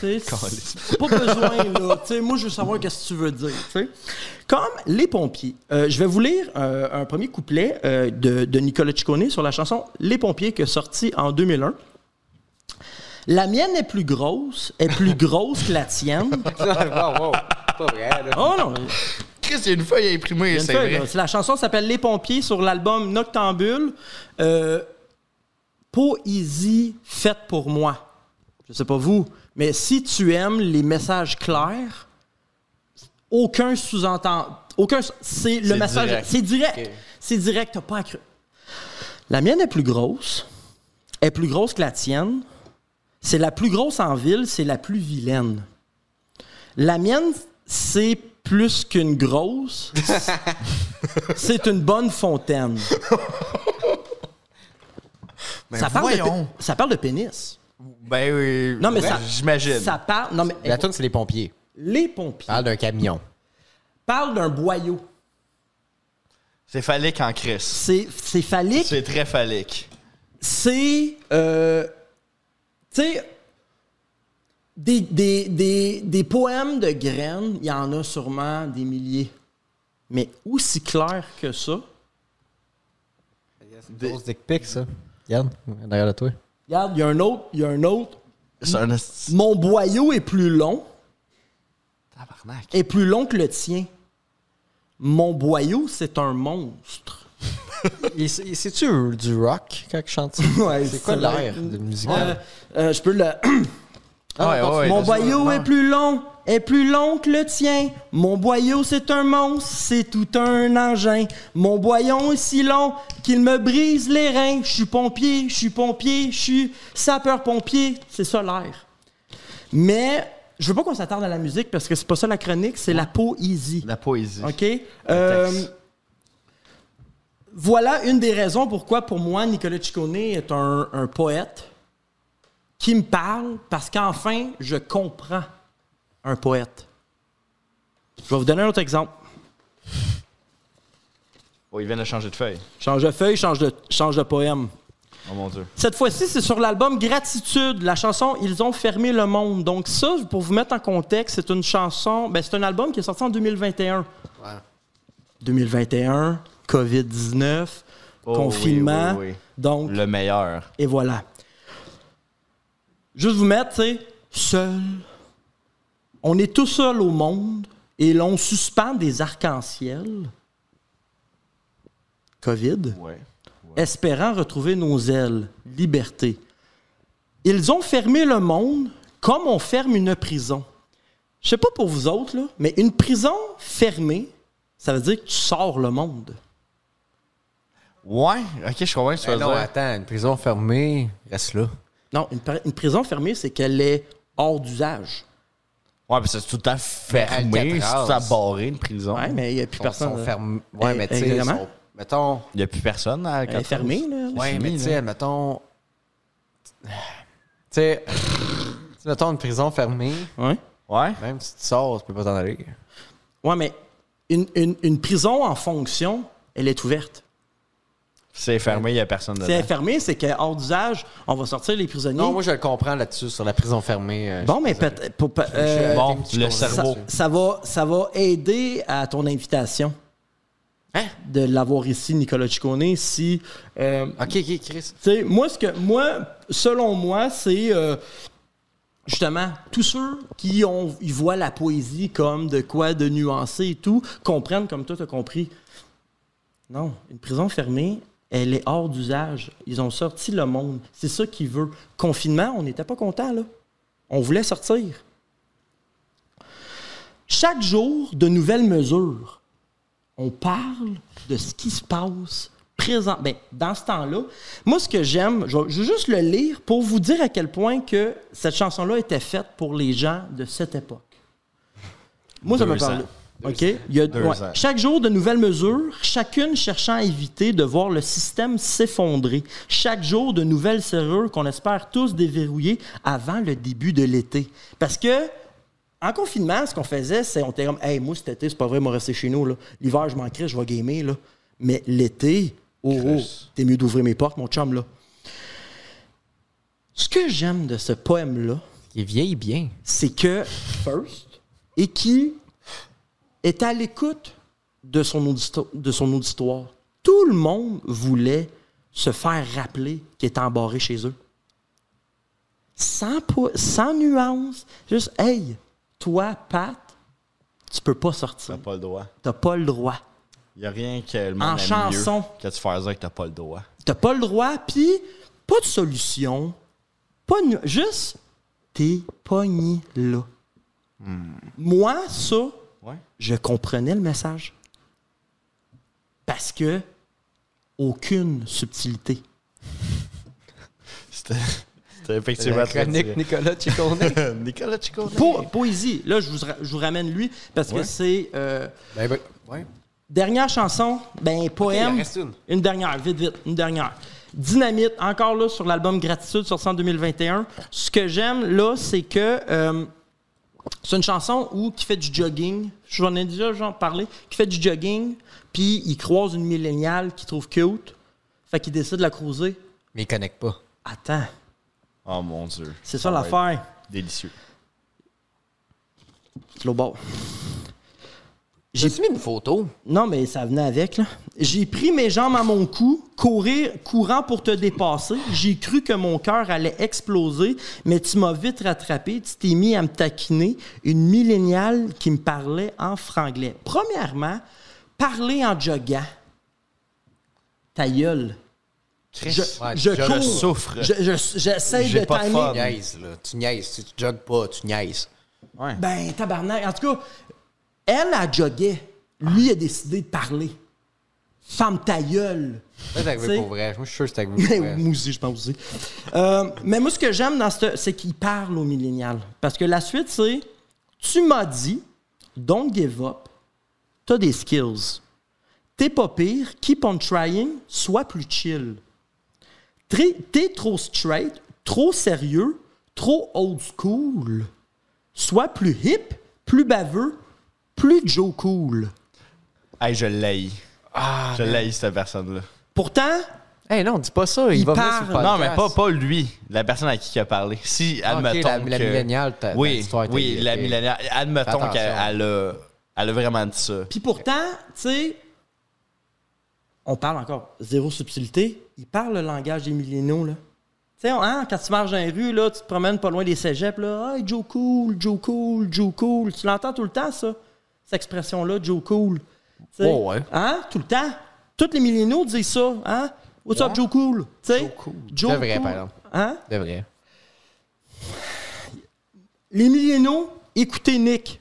Speaker 3: Tu sais, c'est- pas besoin, là. Tu sais, moi, je veux savoir qu'est-ce que tu veux dire. tu sais. Comme Les pompiers. Euh, je vais vous lire euh, un premier couplet euh, de, de Nicolas Ciccone sur la chanson Les pompiers qui est sortie en 2001. La mienne est plus grosse, est plus grosse que la tienne.
Speaker 2: non, wow, c'est pas vrai, là.
Speaker 3: Oh non,
Speaker 1: Chris, il y a une feuille à imprimer,
Speaker 3: Bien
Speaker 1: c'est
Speaker 3: sûr,
Speaker 1: vrai.
Speaker 3: là. C'est La chanson s'appelle Les pompiers sur l'album Noctambule. Euh, Poésie faite pour moi. Je sais pas vous, mais si tu aimes les messages clairs, aucun sous-entend, aucun, c'est le
Speaker 1: C'est
Speaker 3: message,
Speaker 1: direct.
Speaker 3: c'est direct,
Speaker 2: Ok.
Speaker 3: c'est direct, t'as pas à cre- La mienne est plus grosse, est plus grosse que la tienne. C'est la plus grosse en ville, c'est la plus vilaine. La mienne, c'est plus qu'une grosse. c'est une bonne fontaine.
Speaker 4: Ben
Speaker 3: ça, parle de,
Speaker 4: voyons.
Speaker 3: pé- ça parle de pénis.
Speaker 1: Ben oui.
Speaker 3: Non, mais
Speaker 1: ouais,
Speaker 3: ça-
Speaker 1: J'imagine. Ben-
Speaker 3: Ça parle. Non, mais
Speaker 2: La toune, c'est les pompiers.
Speaker 3: les pompiers
Speaker 2: Parle d'un camion.
Speaker 3: parlent d'un boyau.
Speaker 1: C'est phallique en crise.
Speaker 3: C'est c'est phallique.
Speaker 1: C'est très phallique.
Speaker 3: c'est. euh, tu sais, des, des, des, des poèmes de graines, il y en a sûrement des milliers. Mais aussi clair que ça,
Speaker 1: Des-
Speaker 2: Grosse dick pic, ça. Regarde, derrière toi.
Speaker 3: regarde, il y a un autre, il y a un autre.
Speaker 1: C'est un esti-
Speaker 3: Mon boyau est plus long,
Speaker 1: tabarnak.
Speaker 3: est plus long que le tien. Mon boyau, c'est un monstre.
Speaker 2: C'est-tu du rock quand je chante ça?
Speaker 3: Ouais,
Speaker 2: c'est quoi
Speaker 3: ça va
Speaker 2: l'air
Speaker 3: être-
Speaker 2: de musique?
Speaker 3: Euh, euh, je peux le.
Speaker 1: Ah ouais, ouais,
Speaker 3: Mon
Speaker 1: ouais,
Speaker 3: boyau
Speaker 1: non.
Speaker 3: est plus long, est plus long que le tien. Mon boyau, c'est un monstre, c'est tout un engin. Mon boyon est si long qu'il me brise les reins. Je suis pompier, je suis pompier, je suis sapeur-pompier. C'est ça l'air. Mais je veux pas qu'on s'attarde à la musique parce que c'est pas ça la chronique, c'est la poésie.
Speaker 1: La poésie.
Speaker 3: OK? Euh, voilà une des raisons pourquoi, pour moi, Nicolas Ciccone est un, un poète qui me parle parce qu'enfin, je comprends un poète. Je vais vous donner un autre exemple.
Speaker 1: Oh, ils viennent de changer de feuille.
Speaker 3: Change de feuille, change de, change de poème.
Speaker 1: Oh mon dieu.
Speaker 3: Cette fois-ci, c'est sur l'album Gratitude, la chanson Ils ont fermé le monde. Donc ça, pour vous mettre en contexte, c'est une chanson, ben c'est un album qui est sorti en 2021. 2021, Covid-19,
Speaker 1: Oh,
Speaker 3: confinement.
Speaker 1: oui, oui, oui.
Speaker 3: Donc
Speaker 1: Le meilleur.
Speaker 3: et voilà. Juste vous mettre, tu sais, seul. On est tout seul au monde et l'on suspend des arcs-en-ciel. Covid
Speaker 1: Ouais.
Speaker 3: espérant retrouver nos ailes, liberté. Ils ont fermé le monde comme on ferme une prison. Je sais pas pour vous autres, là, mais une prison fermée, ça veut dire que tu sors le monde.
Speaker 1: Ouais, ok, je comprends ce que tu veux
Speaker 2: Eh non,
Speaker 1: dire.
Speaker 2: attends, une prison fermée, reste là.
Speaker 3: Non, une, pr- une prison fermée, c'est qu'elle est hors d'usage.
Speaker 1: Ouais, parce que c'est tout le temps fermé, c'est tout le
Speaker 2: Alcatraz.
Speaker 1: temps barré une prison.
Speaker 3: Ouais, mais il n'y a plus
Speaker 2: Personne.
Speaker 3: personne. là.
Speaker 2: fermés. Ouais,
Speaker 3: Eh,
Speaker 2: mais tu sais,
Speaker 3: exactement.
Speaker 2: sont- mettons.
Speaker 1: Il n'y a plus personne à
Speaker 3: Elle est
Speaker 1: Alcatraz.
Speaker 3: fermée, là.
Speaker 2: Ouais, mais
Speaker 1: fini,
Speaker 2: tu sais, mettons. Tu sais, tu mettons une prison fermée,
Speaker 3: Ouais.
Speaker 1: Ouais.
Speaker 2: même si tu sors, tu peux pas t'en aller.
Speaker 3: Ouais, mais une, une- une prison en fonction, elle est ouverte.
Speaker 1: C'est fermé, il n'y a personne
Speaker 3: Si elle est
Speaker 1: dedans.
Speaker 3: fermée, c'est qu'elle est hors d'usage, on va sortir les prisonniers.
Speaker 2: Non, moi, je le comprends là-dessus, sur la prison fermée. euh,
Speaker 3: bon,
Speaker 2: je-
Speaker 3: mais peut-être. pour- peut- euh,
Speaker 2: je-
Speaker 1: Bon,
Speaker 2: je-
Speaker 1: le
Speaker 2: je-
Speaker 1: cerveau.
Speaker 2: là-dessus.
Speaker 3: Ça va, ça va aider à ton invitation. De l'avoir ici, Nicolas Ciccone, si. euh, tu
Speaker 2: Ok, ok, Chris.
Speaker 3: sais, moi, ce que. Moi, selon moi, c'est. euh, Justement, tous ceux qui ont, ils voient la poésie comme de quoi de nuancé et tout, comprennent comme toi, t'as compris. Non, une prison fermée, elle est hors d'usage. Ils ont sorti le monde. C'est ça qu'ils veulent. Confinement, on n'était pas content là. On voulait sortir. Chaque jour, de nouvelles mesures. On parle de ce qui se passe présent. Ben, dans ce temps-là, moi, ce que j'aime, je vais je vais juste le lire pour vous dire à quel point que cette chanson-là était faite pour les gens de cette époque. Moi, ça me
Speaker 1: Deux
Speaker 3: parle.
Speaker 1: ans.
Speaker 3: OK? Il y a-
Speaker 1: Deux
Speaker 3: ouais.
Speaker 1: ans.
Speaker 3: Chaque jour, de nouvelles mesures, chacune cherchant à éviter de voir le système s'effondrer. Chaque jour, de nouvelles serrures qu'on espère tous déverrouiller avant le début de l'été. Parce que, en confinement, ce qu'on faisait, c'est on était comme, hey, moi cet été, c'est pas vrai, moi rester chez nous. là. L'hiver, je m'en crisse, je vais gamer. Là. Mais l'été, oh, oh, t'es mieux d'ouvrir mes portes, mon chum. là. Ce que j'aime de ce poème-là,
Speaker 2: Il vieillit bien.
Speaker 3: c'est que First et qui est à l'écoute de son, audito- de son auditoire. Tout le monde voulait se faire rappeler qu'il est embarré chez eux. Sans, po- sans nuance, juste Hey, toi, Pat, tu peux pas sortir.
Speaker 1: T'as pas le droit.
Speaker 3: T'as pas le droit.
Speaker 1: Il n'y a rien que le monde
Speaker 3: En
Speaker 1: aime
Speaker 3: chanson.
Speaker 1: mieux que de se faire dire que t'as pas le droit.
Speaker 3: T'as pas le droit, puis pas de solution. Pas de nu- Juste, t'es pogné là. Moi, ça,
Speaker 1: Ouais.
Speaker 3: je comprenais le message. Parce que aucune subtilité.
Speaker 1: C'était T'as effectivement
Speaker 2: La
Speaker 1: très
Speaker 2: chronique Nicolas Ciccone.
Speaker 1: direct. Nicolas Chico.
Speaker 3: Po- poésie. Là, je vous, ra- je vous ramène lui parce que
Speaker 2: Ouais.
Speaker 3: c'est. euh,
Speaker 2: ben, ben, ouais.
Speaker 3: dernière chanson, ben,
Speaker 2: Il en
Speaker 3: poème.
Speaker 2: reste une.
Speaker 3: Une dernière, vite, vite, une dernière. Dynamite, encore là sur l'album Gratitude, sorti en 2021. Ce que j'aime là, c'est que euh, c'est une chanson où qui fait du jogging. Je vous en ai déjà genre, parlé. Qui fait du jogging, puis il croise une milléniale qu'il trouve cute. Fait qu'il décide de la croiser.
Speaker 2: Mais il connecte pas.
Speaker 3: Attends,
Speaker 1: Oh mon dieu.
Speaker 3: c'est ça
Speaker 1: Ah ouais,
Speaker 3: l'affaire.
Speaker 1: Délicieux.
Speaker 3: C'est l'autre bord.
Speaker 2: J'ai mis une photo.
Speaker 3: Non, mais ça venait avec, là. J'ai pris mes jambes à mon cou, courir, courant pour te dépasser. J'ai cru que mon cœur allait exploser, mais tu m'as vite rattrapé. Tu t'es mis à me taquiner. Une milléniale qui me parlait en franglais. Premièrement, parler en joggant. Ta gueule. Je,
Speaker 2: Ouais, je
Speaker 3: je
Speaker 2: le
Speaker 3: cours.
Speaker 1: Ah, souffre.
Speaker 3: Je- je- J'essaie
Speaker 1: J'ai
Speaker 3: de
Speaker 1: pas de
Speaker 3: timer.
Speaker 1: fun.
Speaker 2: Tu niaises, là. Tu niaises. Si tu jogues pas, tu niaises.
Speaker 3: Ben, tabarnak. En tout cas, elle, a jogué. Lui, a décidé de parler. Femme ta gueule.
Speaker 2: Là, t'es
Speaker 3: Tu sais-
Speaker 2: arrivé pour vrai. Moi, je suis sûr que t'es arrivé
Speaker 3: Mais
Speaker 2: pour vrai.
Speaker 3: Mousi, je pense Ben aussi. Euh, mais moi, ce que j'aime dans ce. C'est qu'il parle aux millénial. Parce que la suite, c'est Tu m'as dit, don't give up, t'as des skills. T'es pas pire, keep on trying, sois plus chill. Très- T'es trop straight, trop sérieux, trop old school. Sois plus hip, plus baveux, plus Joe cool.
Speaker 1: Hey, je l'ai. je l'ai, cette personne-là.
Speaker 3: Pourtant,
Speaker 2: Eh Ah. non, dis pas ça. Il,
Speaker 3: Il
Speaker 2: va
Speaker 3: parle.
Speaker 2: venir sur le
Speaker 1: Non,
Speaker 2: podcast.
Speaker 1: mais pas, pas lui. La personne à qui il a parlé. Si, admettons.
Speaker 2: Ah, la- la
Speaker 1: que-
Speaker 2: milléniale, ta- ta
Speaker 1: Oui,
Speaker 2: histoire était-
Speaker 1: oui, la
Speaker 2: était-
Speaker 1: milléniale.
Speaker 2: Fais
Speaker 1: Admettons
Speaker 2: attention.
Speaker 1: qu'elle elle a, elle a vraiment dit ça.
Speaker 3: Puis pourtant, tu sais, on parle encore zéro subtilité. Il parle le langage des milléniaux, là. Tu sais, hein, quand tu marches dans les rues, là, tu te promènes pas loin des cégeps, là. Hey, Joe Cool, Joe Cool, Joe Cool. Tu l'entends tout le temps, ça, cette expression-là, Joe Cool. Tu sais,
Speaker 2: Oh, ouais.
Speaker 3: Hein, tout le temps. Tous les milléniaux disent ça, hein. What's up,
Speaker 2: Ouais.
Speaker 3: Joe Cool? Tu sais,
Speaker 2: Joe Cool. C'est vrai, par exemple.
Speaker 3: Hein?
Speaker 2: De vrai.
Speaker 3: Les milléniaux, écoutez Nick.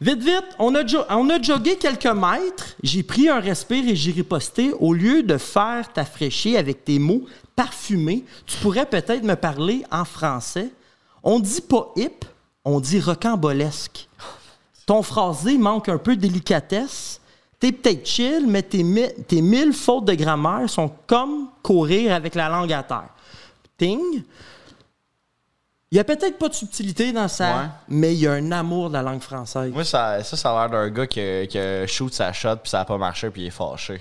Speaker 3: Vite, vite, on a, jo- on a jogué quelques mètres. J'ai pris un respire et j'ai riposté. Au lieu de faire t'affraîchir avec tes mots parfumés, tu pourrais peut-être me parler en français. On dit pas hip, on dit rocambolesque. Ton phrasé manque un peu de délicatesse. T'es peut-être chill, mais tes, mi- tes mille fautes de grammaire sont comme courir avec la langue à terre. Ting. Il y a peut-être pas de subtilité dans ça,
Speaker 1: Ouais.
Speaker 3: mais il y a un amour de la langue française.
Speaker 1: Moi, ça, ça, ça a l'air d'un gars qui, qui shoot sa shot, puis ça a pas marché, puis il est fâché.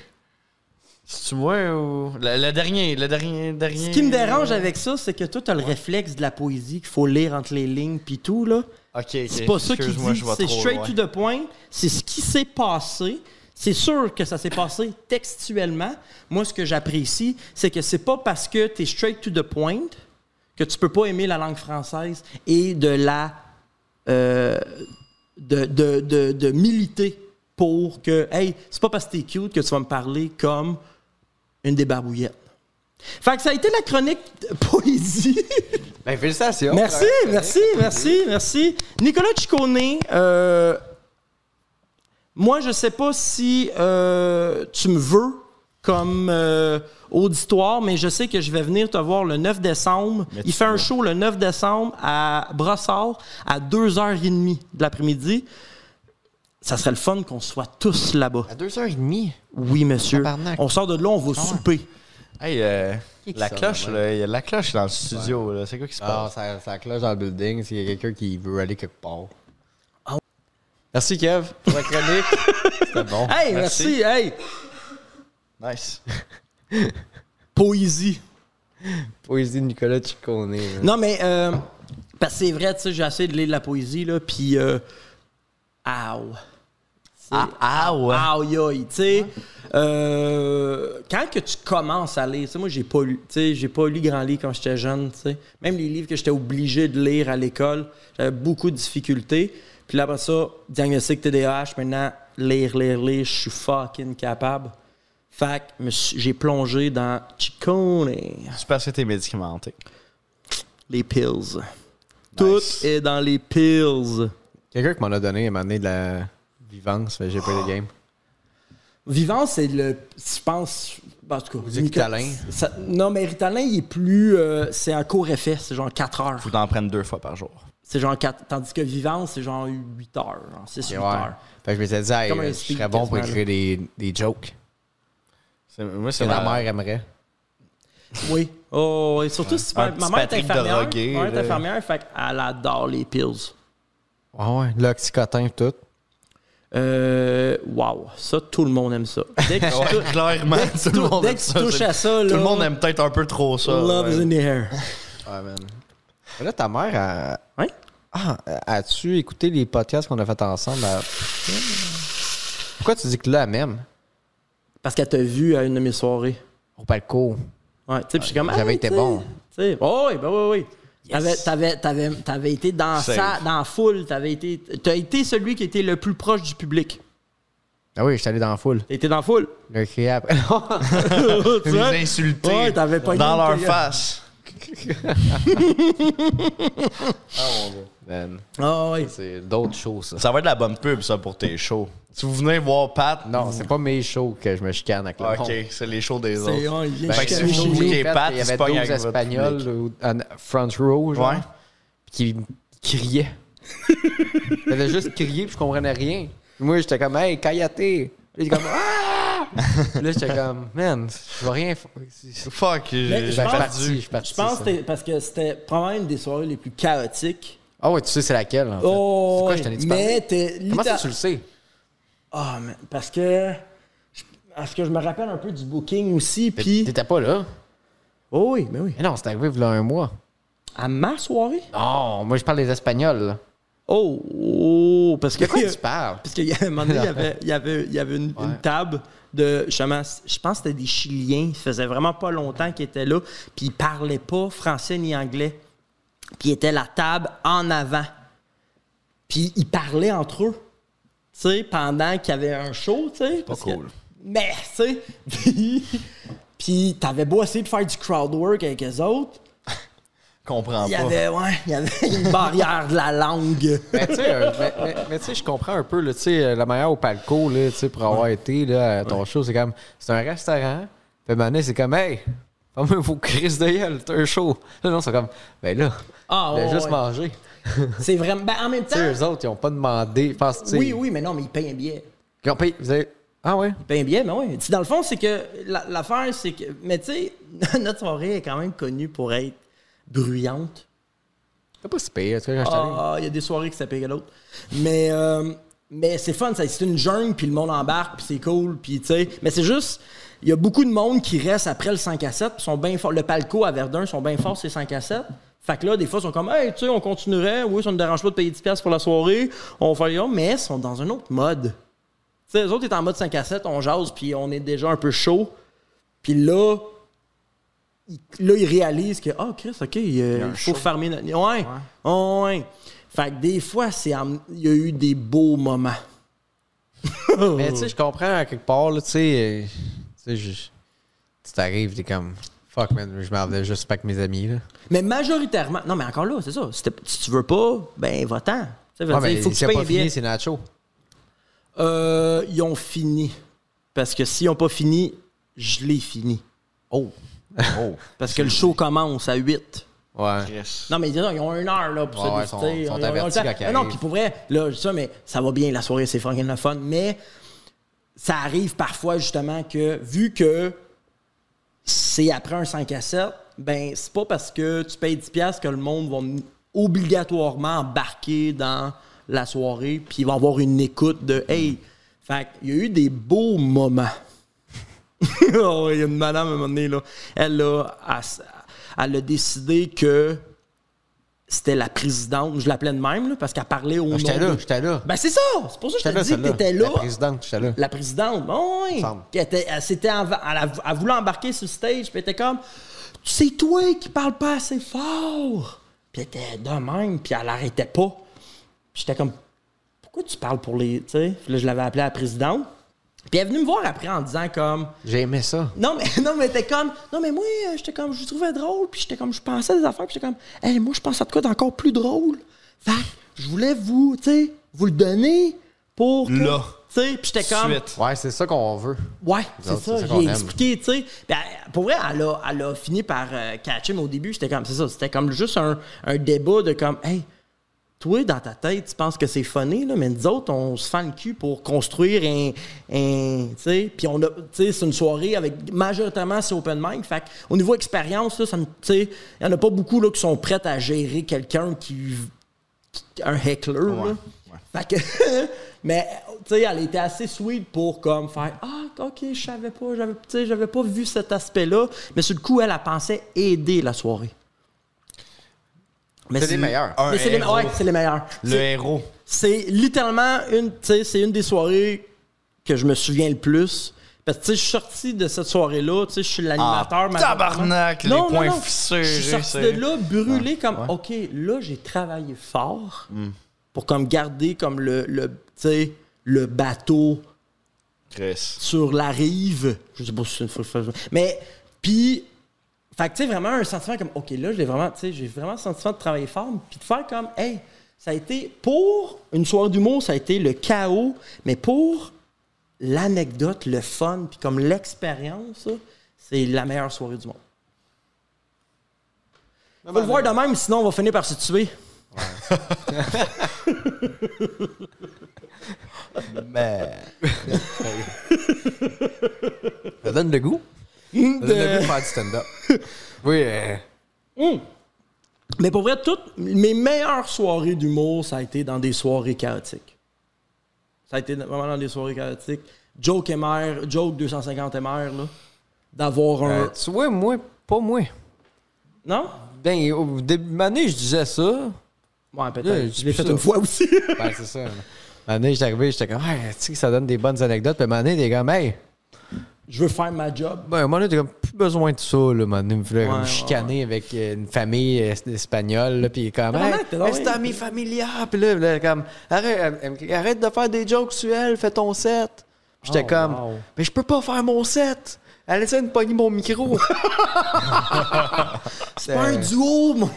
Speaker 1: C'est-tu moi ou. Le, le dernier, le dernier, dernier.
Speaker 3: Ce qui me dérange avec ça, c'est que toi, t'as le réflexe de la poésie qu'il faut lire entre les lignes puis tout, là.
Speaker 1: Ok, ok.
Speaker 3: C'est pas ça qu'il dit.
Speaker 1: Excuse-moi, je vais
Speaker 3: C'est
Speaker 1: trop
Speaker 3: straight
Speaker 1: loin.
Speaker 3: to the point. C'est ce qui s'est passé. C'est sûr que ça s'est passé textuellement. Moi, ce que j'apprécie, c'est que c'est pas parce que tu es straight to the point que tu peux pas aimer la langue française et de la. euh, de, de, de, de militer pour que. Hey, c'est pas parce que t'es cute que tu vas me parler comme une débarbouillette. Fait que ça a été la chronique de poésie.
Speaker 2: Ben, félicitations.
Speaker 3: Merci,
Speaker 2: Ouais.
Speaker 3: merci, merci, merci. Nicolas Ciccone, euh, moi, je sais pas si euh, tu me veux comme euh, auditoire, mais je sais que je vais venir te voir le 9 décembre.
Speaker 1: Mais
Speaker 3: Il
Speaker 1: tu
Speaker 3: fait un
Speaker 1: vas.
Speaker 3: show le 9 décembre à Brossard à 2h30 de l'après-midi. Ça serait le fun qu'on soit tous là-bas.
Speaker 2: À 2h30.
Speaker 3: Oui, monsieur.
Speaker 2: Tabarnak.
Speaker 3: On sort de là, on va souper.
Speaker 1: Hey, euh,
Speaker 2: Qui qui
Speaker 1: la
Speaker 2: sonne,
Speaker 1: cloche,
Speaker 2: ouais?
Speaker 1: là. Il y a de la cloche dans le studio, là. C'est quoi qui se
Speaker 2: Ah,
Speaker 1: passe?
Speaker 2: ça, ça cloche dans le building s'il y a quelqu'un qui veut aller quelque part.
Speaker 3: Ah.
Speaker 2: Merci, Kev, pour la chronique. C'était bon.
Speaker 3: Hey, merci. Hey,
Speaker 1: Nice.
Speaker 3: poésie.
Speaker 2: Poésie de Nicolas Ciccone. hein. là.
Speaker 3: Non, mais euh, parce que c'est vrai, tu sais, j'ai essayé de lire de la poésie, là, puis... Euh, ow.
Speaker 1: Ah, ah, ouais.
Speaker 3: Aïe, aïe, tu sais. euh, quand que tu commences à lire, tu sais, moi, j'ai pas lu, tu sais, j'ai pas lu grand livre quand j'étais jeune, tu sais. Même les livres que j'étais obligé de lire à l'école, j'avais beaucoup de difficultés. Puis là, après ça, diagnostic TDAH, maintenant, lire, lire, lire, je suis fucking capable. Fait que me suis- j'ai plongé dans Chicone,
Speaker 1: C'est parce que t'es médicamenté.
Speaker 3: les pills. Tout est dans les pills.
Speaker 2: Quelqu'un qui m'en a donné, il m'a donné de Ah, la vivance, mais j'ai pas eu le game.
Speaker 3: Vivant, c'est le. Je pense. ben, Ben, en tout cas,
Speaker 2: dites
Speaker 3: Nicolas-
Speaker 2: Ritalin.
Speaker 3: ça- non, mais Ritalin, il est plus. euh, c'est un court effet, c'est genre 4 heures.
Speaker 1: Faut t'en prendre deux fois par jour.
Speaker 3: C'est genre 4. Tandis que Vivant, c'est genre 8 heures, 6
Speaker 2: Ouais.
Speaker 3: huit heures.
Speaker 2: Fait que je m'étais dit, hey, euh,
Speaker 3: Comme un
Speaker 2: je
Speaker 3: speed
Speaker 2: serais bon pour
Speaker 3: quasiment,
Speaker 2: écrire des, des jokes
Speaker 1: C'est- Moi,
Speaker 2: que
Speaker 1: c'est
Speaker 2: ma
Speaker 1: ma
Speaker 2: mère aimerait.
Speaker 3: Oui. Oh, et surtout si
Speaker 1: Un
Speaker 3: ma, ma
Speaker 1: petit
Speaker 3: mère est
Speaker 1: Patrick euh.
Speaker 3: infirmière.
Speaker 1: drogué,
Speaker 3: ma mère est
Speaker 1: là.
Speaker 3: infirmière, fait qu'elle adore les pills.
Speaker 2: Ouais, ouais. L'oxycotin et tout.
Speaker 3: Euh, wow, ça, tout le monde aime ça. Dès que tu, tou-
Speaker 1: Clairement, tout le monde
Speaker 3: dès
Speaker 1: aime
Speaker 3: que tu
Speaker 1: ça,
Speaker 3: touches
Speaker 1: c'est-
Speaker 3: à ça, là,
Speaker 1: Tout le monde aime peut-être un peu trop ça.
Speaker 3: Love is
Speaker 1: ouais.
Speaker 3: in the air.
Speaker 2: Ah,
Speaker 3: Hein?
Speaker 1: Ouais, man.
Speaker 2: Mais Là, ta mère, elle-
Speaker 3: Ouais.
Speaker 2: Ah, as-tu écouté les podcasts qu'on a fait ensemble? à- Pourquoi tu dis que là, même,
Speaker 3: Parce qu'elle t'a vu à une de mes soirées.
Speaker 2: au palco,
Speaker 3: Ouais, tu sais, puis je suis comme.
Speaker 2: J'avais
Speaker 3: hey,
Speaker 2: été
Speaker 3: tu sais,
Speaker 2: bon.
Speaker 3: tu sais. Oh, oui, ben oui, oui. T'avais- T'avais, t'avais, t'avais été dans
Speaker 1: Safe.
Speaker 3: ça, dans la foule. T'avais été, t'as été celui qui était le plus proche du public.
Speaker 2: Ah oui, je suis allé dans la foule.
Speaker 3: T'as été dans la foule.
Speaker 2: Le crié après.
Speaker 3: Tu
Speaker 1: Les
Speaker 3: vois?
Speaker 1: insulter
Speaker 3: Ouais, t'avais pas
Speaker 1: dans
Speaker 3: une
Speaker 1: leur
Speaker 3: gueule.
Speaker 1: face.
Speaker 2: Man,
Speaker 3: Ah oui.
Speaker 2: c'est d'autres choses, ça.
Speaker 1: Ça va être de la bonne pub, ça, pour tes shows. Si vous venez voir Pat,
Speaker 2: Non, c'est pas mes shows que je me chicane avec le
Speaker 1: Ah,
Speaker 2: monde.
Speaker 1: Ok, c'est les shows des
Speaker 3: C'est-
Speaker 1: autres.
Speaker 3: ouais, il vient
Speaker 2: Ben,
Speaker 1: Fait que
Speaker 3: jusqu'à
Speaker 1: si vous
Speaker 3: nous.
Speaker 1: voulez-
Speaker 2: J'ai
Speaker 1: les
Speaker 2: fait,
Speaker 1: pattes,
Speaker 2: il y
Speaker 1: tu
Speaker 2: avait
Speaker 1: te pognes
Speaker 2: 12
Speaker 1: avec votre
Speaker 2: Espagnols ou- en front row, genre,
Speaker 1: Ouais.
Speaker 2: pis qui criaient. Ils faisaient juste crier, puis je comprenais rien. Moi, j'étais comme, hey, Kayate! Là, comme, ah! là, j'étais comme, man, je vois rien. fa-
Speaker 1: Fuck,
Speaker 3: Mais
Speaker 1: j'ai
Speaker 3: je
Speaker 1: j'ai
Speaker 3: pense-
Speaker 2: Je
Speaker 1: perdu.
Speaker 2: suis parti.
Speaker 3: Je pense
Speaker 2: ça.
Speaker 3: que c'était parce que c'était probablement une des soirées les plus chaotiques.
Speaker 2: Ah ouais, tu sais, c'est laquelle, en fait.
Speaker 3: Oh,
Speaker 2: c'est quoi,
Speaker 3: ouais.
Speaker 2: je t'en ai dit
Speaker 3: mais
Speaker 2: parler?
Speaker 3: t'es
Speaker 2: Comment ça,
Speaker 3: littér-
Speaker 2: tu le sais?
Speaker 3: Ah, mais parce que. je- Parce que je me rappelle un peu du booking aussi,
Speaker 2: T'é-
Speaker 3: puis.
Speaker 2: T'étais pas là?
Speaker 3: Oh oui, mais oui.
Speaker 2: Mais non, c'est arrivé il y a un mois.
Speaker 3: À ma soirée?
Speaker 2: Non, moi, je parle des Espagnols, là.
Speaker 3: Oh, oh, parce que.
Speaker 2: De quoi tu parles?
Speaker 3: Parce qu'à un moment donné, il y avait, il y avait, il y avait une, une table de. Justement, je pense que c'était des Chiliens. Ça faisait vraiment pas longtemps qu'ils étaient là. Puis ils parlaient pas français ni anglais. Puis ils étaient la table en avant. Puis ils parlaient entre eux. Tu sais, pendant qu'il y avait un show, tu sais. Pas
Speaker 1: cool.
Speaker 3: mais, tu sais. Puis, puis t'avais beau essayer de faire du crowd work avec les autres.
Speaker 2: Ah,
Speaker 1: Comprends
Speaker 3: Il y
Speaker 1: pas.
Speaker 3: avait, ouais, il y avait une barrière de la langue.
Speaker 2: Mais tu sais, euh, mais- mais- mais tu sais, je comprends un peu, là, tu sais, euh, la manière au palco, là, tu sais, pour avoir été là, à ton show, c'est comme, c'est un restaurant, puis maintenant, c'est comme, hey, fermez vos crises de gueule, c'est un show. Là, non, c'est comme, ben là,
Speaker 3: Ah,
Speaker 2: il a
Speaker 3: ouais,
Speaker 2: juste
Speaker 3: ouais.
Speaker 2: mangé.
Speaker 3: C'est vraiment. Ben, en même
Speaker 2: Tu sais,
Speaker 3: temps.
Speaker 2: eux autres, ils ont pas demandé, je pense, tu sais,
Speaker 3: Oui, oui, mais non, mais ils payent un billet.
Speaker 2: ils ont payé, vous avez- ah ouais?
Speaker 3: Ben bien, mais oui. Tu sais, Dans le fond, c'est que la- l'affaire, c'est que. Mais tu sais, notre soirée est quand même connue pour être bruyante.
Speaker 2: C'est pas si pire, tu sais, quand je suis allé.
Speaker 3: Ah, ah, il y a des soirées qui s'appellent l'autre. Mais, euh, mais c'est fun, ça, c'est une jungle, puis le monde embarque, puis c'est cool, puis tu sais. Mais c'est juste, il y a beaucoup de monde qui reste après le 5 à 7, puis sont bien forts. Le palco à Verdun sont bien forts, ces 5 à 7. Fait que là, des fois, ils sont comme, hey, tu sais, on continuerait. Oui, ça ne dérange pas de payer 10$ piastres pour la soirée. On va faire, mais ils sont dans un autre mode. Tu sais, eux autres, ils sont en mode 5 à 7, on jase, puis on est déjà un peu chaud. Puis là, il- là, ils réalisent que, ah, Chris, OK, il, euh,
Speaker 1: a un
Speaker 3: il
Speaker 1: show.
Speaker 3: faut fermer notre. Ouais, ouais. ouais. Fait que des fois, c'est en- il y a eu des beaux moments.
Speaker 2: Mais tu sais, je comprends à quelque part, là, tu sais, euh, tu sais, je- tu t'arrives, t'es comme, fuck, man, je m'en venais juste pas avec mes amis, là.
Speaker 3: Mais majoritairement, non, mais encore là, c'est ça. Si, t'es- si tu veux pas, ben, va-t'en. Tu sais, je veux
Speaker 2: Ah,
Speaker 3: dire,
Speaker 2: mais
Speaker 3: il faut que tu
Speaker 2: c'est
Speaker 3: payes
Speaker 2: pas
Speaker 3: les billets.
Speaker 2: fini, c'est Nacho.
Speaker 3: Euh, ils ont fini. Parce que s'ils n'ont pas fini, je l'ai fini.
Speaker 2: Oh!
Speaker 1: Oh,
Speaker 3: Parce que le show commence à 8.
Speaker 2: Ouais.
Speaker 1: Chris.
Speaker 3: Non, mais ils disent, ils ont une heure là, pour
Speaker 2: Ouais, ouais,
Speaker 3: se
Speaker 2: sont-
Speaker 3: décider.
Speaker 2: sont
Speaker 3: Ils ont- ils ont le
Speaker 2: avertis
Speaker 3: temps.
Speaker 2: quand ils
Speaker 3: Mais Non,
Speaker 2: arrivent.
Speaker 3: puis pour vrai, là, je dis ça, mais ça va bien, la soirée, c'est fucking le fun. Mais ça arrive parfois, justement, que vu que c'est après un 5 à 7, ben, c'est pas parce que tu payes 10$ que le monde va n- obligatoirement embarquer dans la soirée, puis il va avoir une écoute de Hey, fait qu'il y a eu des beaux moments. Oh, il y a une madame à un moment donné, là, elle, a, elle s- elle a décidé que c'était la présidente, je l'appelais de même, là, parce qu'elle parlait au nom
Speaker 2: Ah, J'étais là,
Speaker 3: de-
Speaker 2: j'étais là.
Speaker 3: Ben c'est ça, c'est pour ça que
Speaker 2: J'étais
Speaker 3: je te
Speaker 2: là,
Speaker 3: dis que
Speaker 2: celle-là.
Speaker 3: t'étais là.
Speaker 2: La présidente, j'étais là.
Speaker 3: La présidente, bon, oui.
Speaker 2: Semble.
Speaker 3: Qu'elle était- Elle, s'était env- elle, a- elle voulait embarquer sur le stage, puis elle était comme C'est toi qui parles pas assez fort. Puis elle était de même, puis elle arrêtait pas. Puis j'étais comme Pourquoi tu parles pour les. Tu sais, Puis là, je l'avais appelée la présidente. Puis elle est venue me voir après en disant comme
Speaker 2: J'ai aimé ça.
Speaker 3: non, mais, non, mais t'es comme. Non, mais moi, euh, j'étais comme. Je vous trouvais drôle, puis j'étais comme. Je pensais à des affaires, puis j'étais comme. Hey, moi, je pense à de quoi d'encore plus drôle. Fait que je voulais vous, tu sais, vous le donner pour. que-
Speaker 1: Là.
Speaker 3: Tu sais, puis j'étais comme.
Speaker 1: Suite.
Speaker 2: Ouais, c'est ça qu'on veut.
Speaker 3: Ouais,
Speaker 2: autres,
Speaker 3: c'est ça.
Speaker 2: c'est ça qu'on
Speaker 3: J'ai
Speaker 2: aime.
Speaker 3: expliqué, tu sais. Ben, pour vrai, elle a, elle a fini par euh, catcher, mais au début, c'était comme, c'est ça, c'était comme juste un, un débat de comme, hey, toi, dans ta tête, tu penses que c'est funny, là, mais nous autres, on se fend le cul pour construire un. un tu sais, puis on a. Tu sais, c'est une soirée avec. Majoritairement, c'est open mic. Fait que, au niveau expérience, là, ça me. Tu sais, il y en a pas beaucoup, là, qui sont prêts à gérer quelqu'un qui. qui- un heckler, là.
Speaker 1: Ouais,
Speaker 3: Fait que, mais tu sais, elle était assez sweet pour comme faire ah ok je savais pas j'avais tu sais, j'avais pas vu cet aspect là mais sur le coup elle a pensé aider la soirée. Mais
Speaker 2: C'est Ah, les meilleurs.
Speaker 3: mais c'est les,
Speaker 1: héros.
Speaker 3: ouais, c'est les meilleurs.
Speaker 2: Le
Speaker 3: C'est-
Speaker 2: héros.
Speaker 3: C'est littéralement une tu sais, c'est une des soirées que je me souviens le plus parce que tu sais, je suis sorti de cette soirée là tu sais je suis l'animateur.
Speaker 1: Ah,
Speaker 3: ma-
Speaker 1: tabarnak, les
Speaker 3: Non, non,
Speaker 1: points
Speaker 3: non.
Speaker 1: fissés,
Speaker 3: Je suis
Speaker 1: j'ai
Speaker 3: sorti
Speaker 1: essayé.
Speaker 3: de là brûlé comme ok là j'ai travaillé fort
Speaker 1: Mm.
Speaker 3: pour comme garder comme le, le tu sais, le bateau
Speaker 1: Chris.
Speaker 3: sur la rive. Je sais pas si c'est une phrase- Mais, puis, fait que, tu sais, vraiment un sentiment comme, OK, là, j'ai vraiment, tu sais, j'ai vraiment le sentiment de travailler fort, puis de faire comme, hey, ça a été, pour une soirée d'humour, ça a été le chaos, mais pour l'anecdote, le fun, puis comme l'expérience, là, c'est la meilleure soirée du monde. Faut le voir de même, sinon on va finir par se tuer.
Speaker 2: Mais. ça donne le goût. Ça donne le goût de faire du stand-up. Oui. euh,
Speaker 3: Hum. Mais pour vrai, toutes mes meilleures soirées d'humour, ça a été dans des soirées chaotiques. Ça a été vraiment dans des soirées chaotiques. Joke MR, Joke 250 MR, là. D'avoir un.
Speaker 2: euh, tu vois, moi, pas moi.
Speaker 3: Non?
Speaker 2: Ben, au début de l'année, je disais ça.
Speaker 3: Ouais, peut-être.
Speaker 2: là, je
Speaker 3: je
Speaker 2: dis
Speaker 3: l'ai
Speaker 2: plus
Speaker 3: fait
Speaker 2: ça.
Speaker 3: une fois aussi.
Speaker 2: Ben, c'est ça. Mané, j'étais arrivé, j'étais comme, ouais, tu sais que ça donne des bonnes anecdotes. Puis Mané, des gars, hey,
Speaker 3: je veux faire ma job.
Speaker 2: ben, Mané, t'as comme plus besoin de ça, là. Mané, me voulait
Speaker 3: Ouais,
Speaker 2: comme
Speaker 3: ouais,
Speaker 2: chicaner avec euh, une famille euh, es- espagnole, là. Puis comme,
Speaker 3: Ah,
Speaker 2: hey,
Speaker 3: Mané, t'es là,
Speaker 2: hey, c'est
Speaker 3: ouais.
Speaker 2: un ami familial. Puis là, là, comme, arrête, elle me crie, arrête de faire des jokes sur elle, fais ton set. Puis J'étais
Speaker 3: Oh,
Speaker 2: comme,
Speaker 3: wow.
Speaker 2: mais je peux pas faire mon set. Elle essaie de pogner mon micro.
Speaker 3: C'est pas un duo, mon.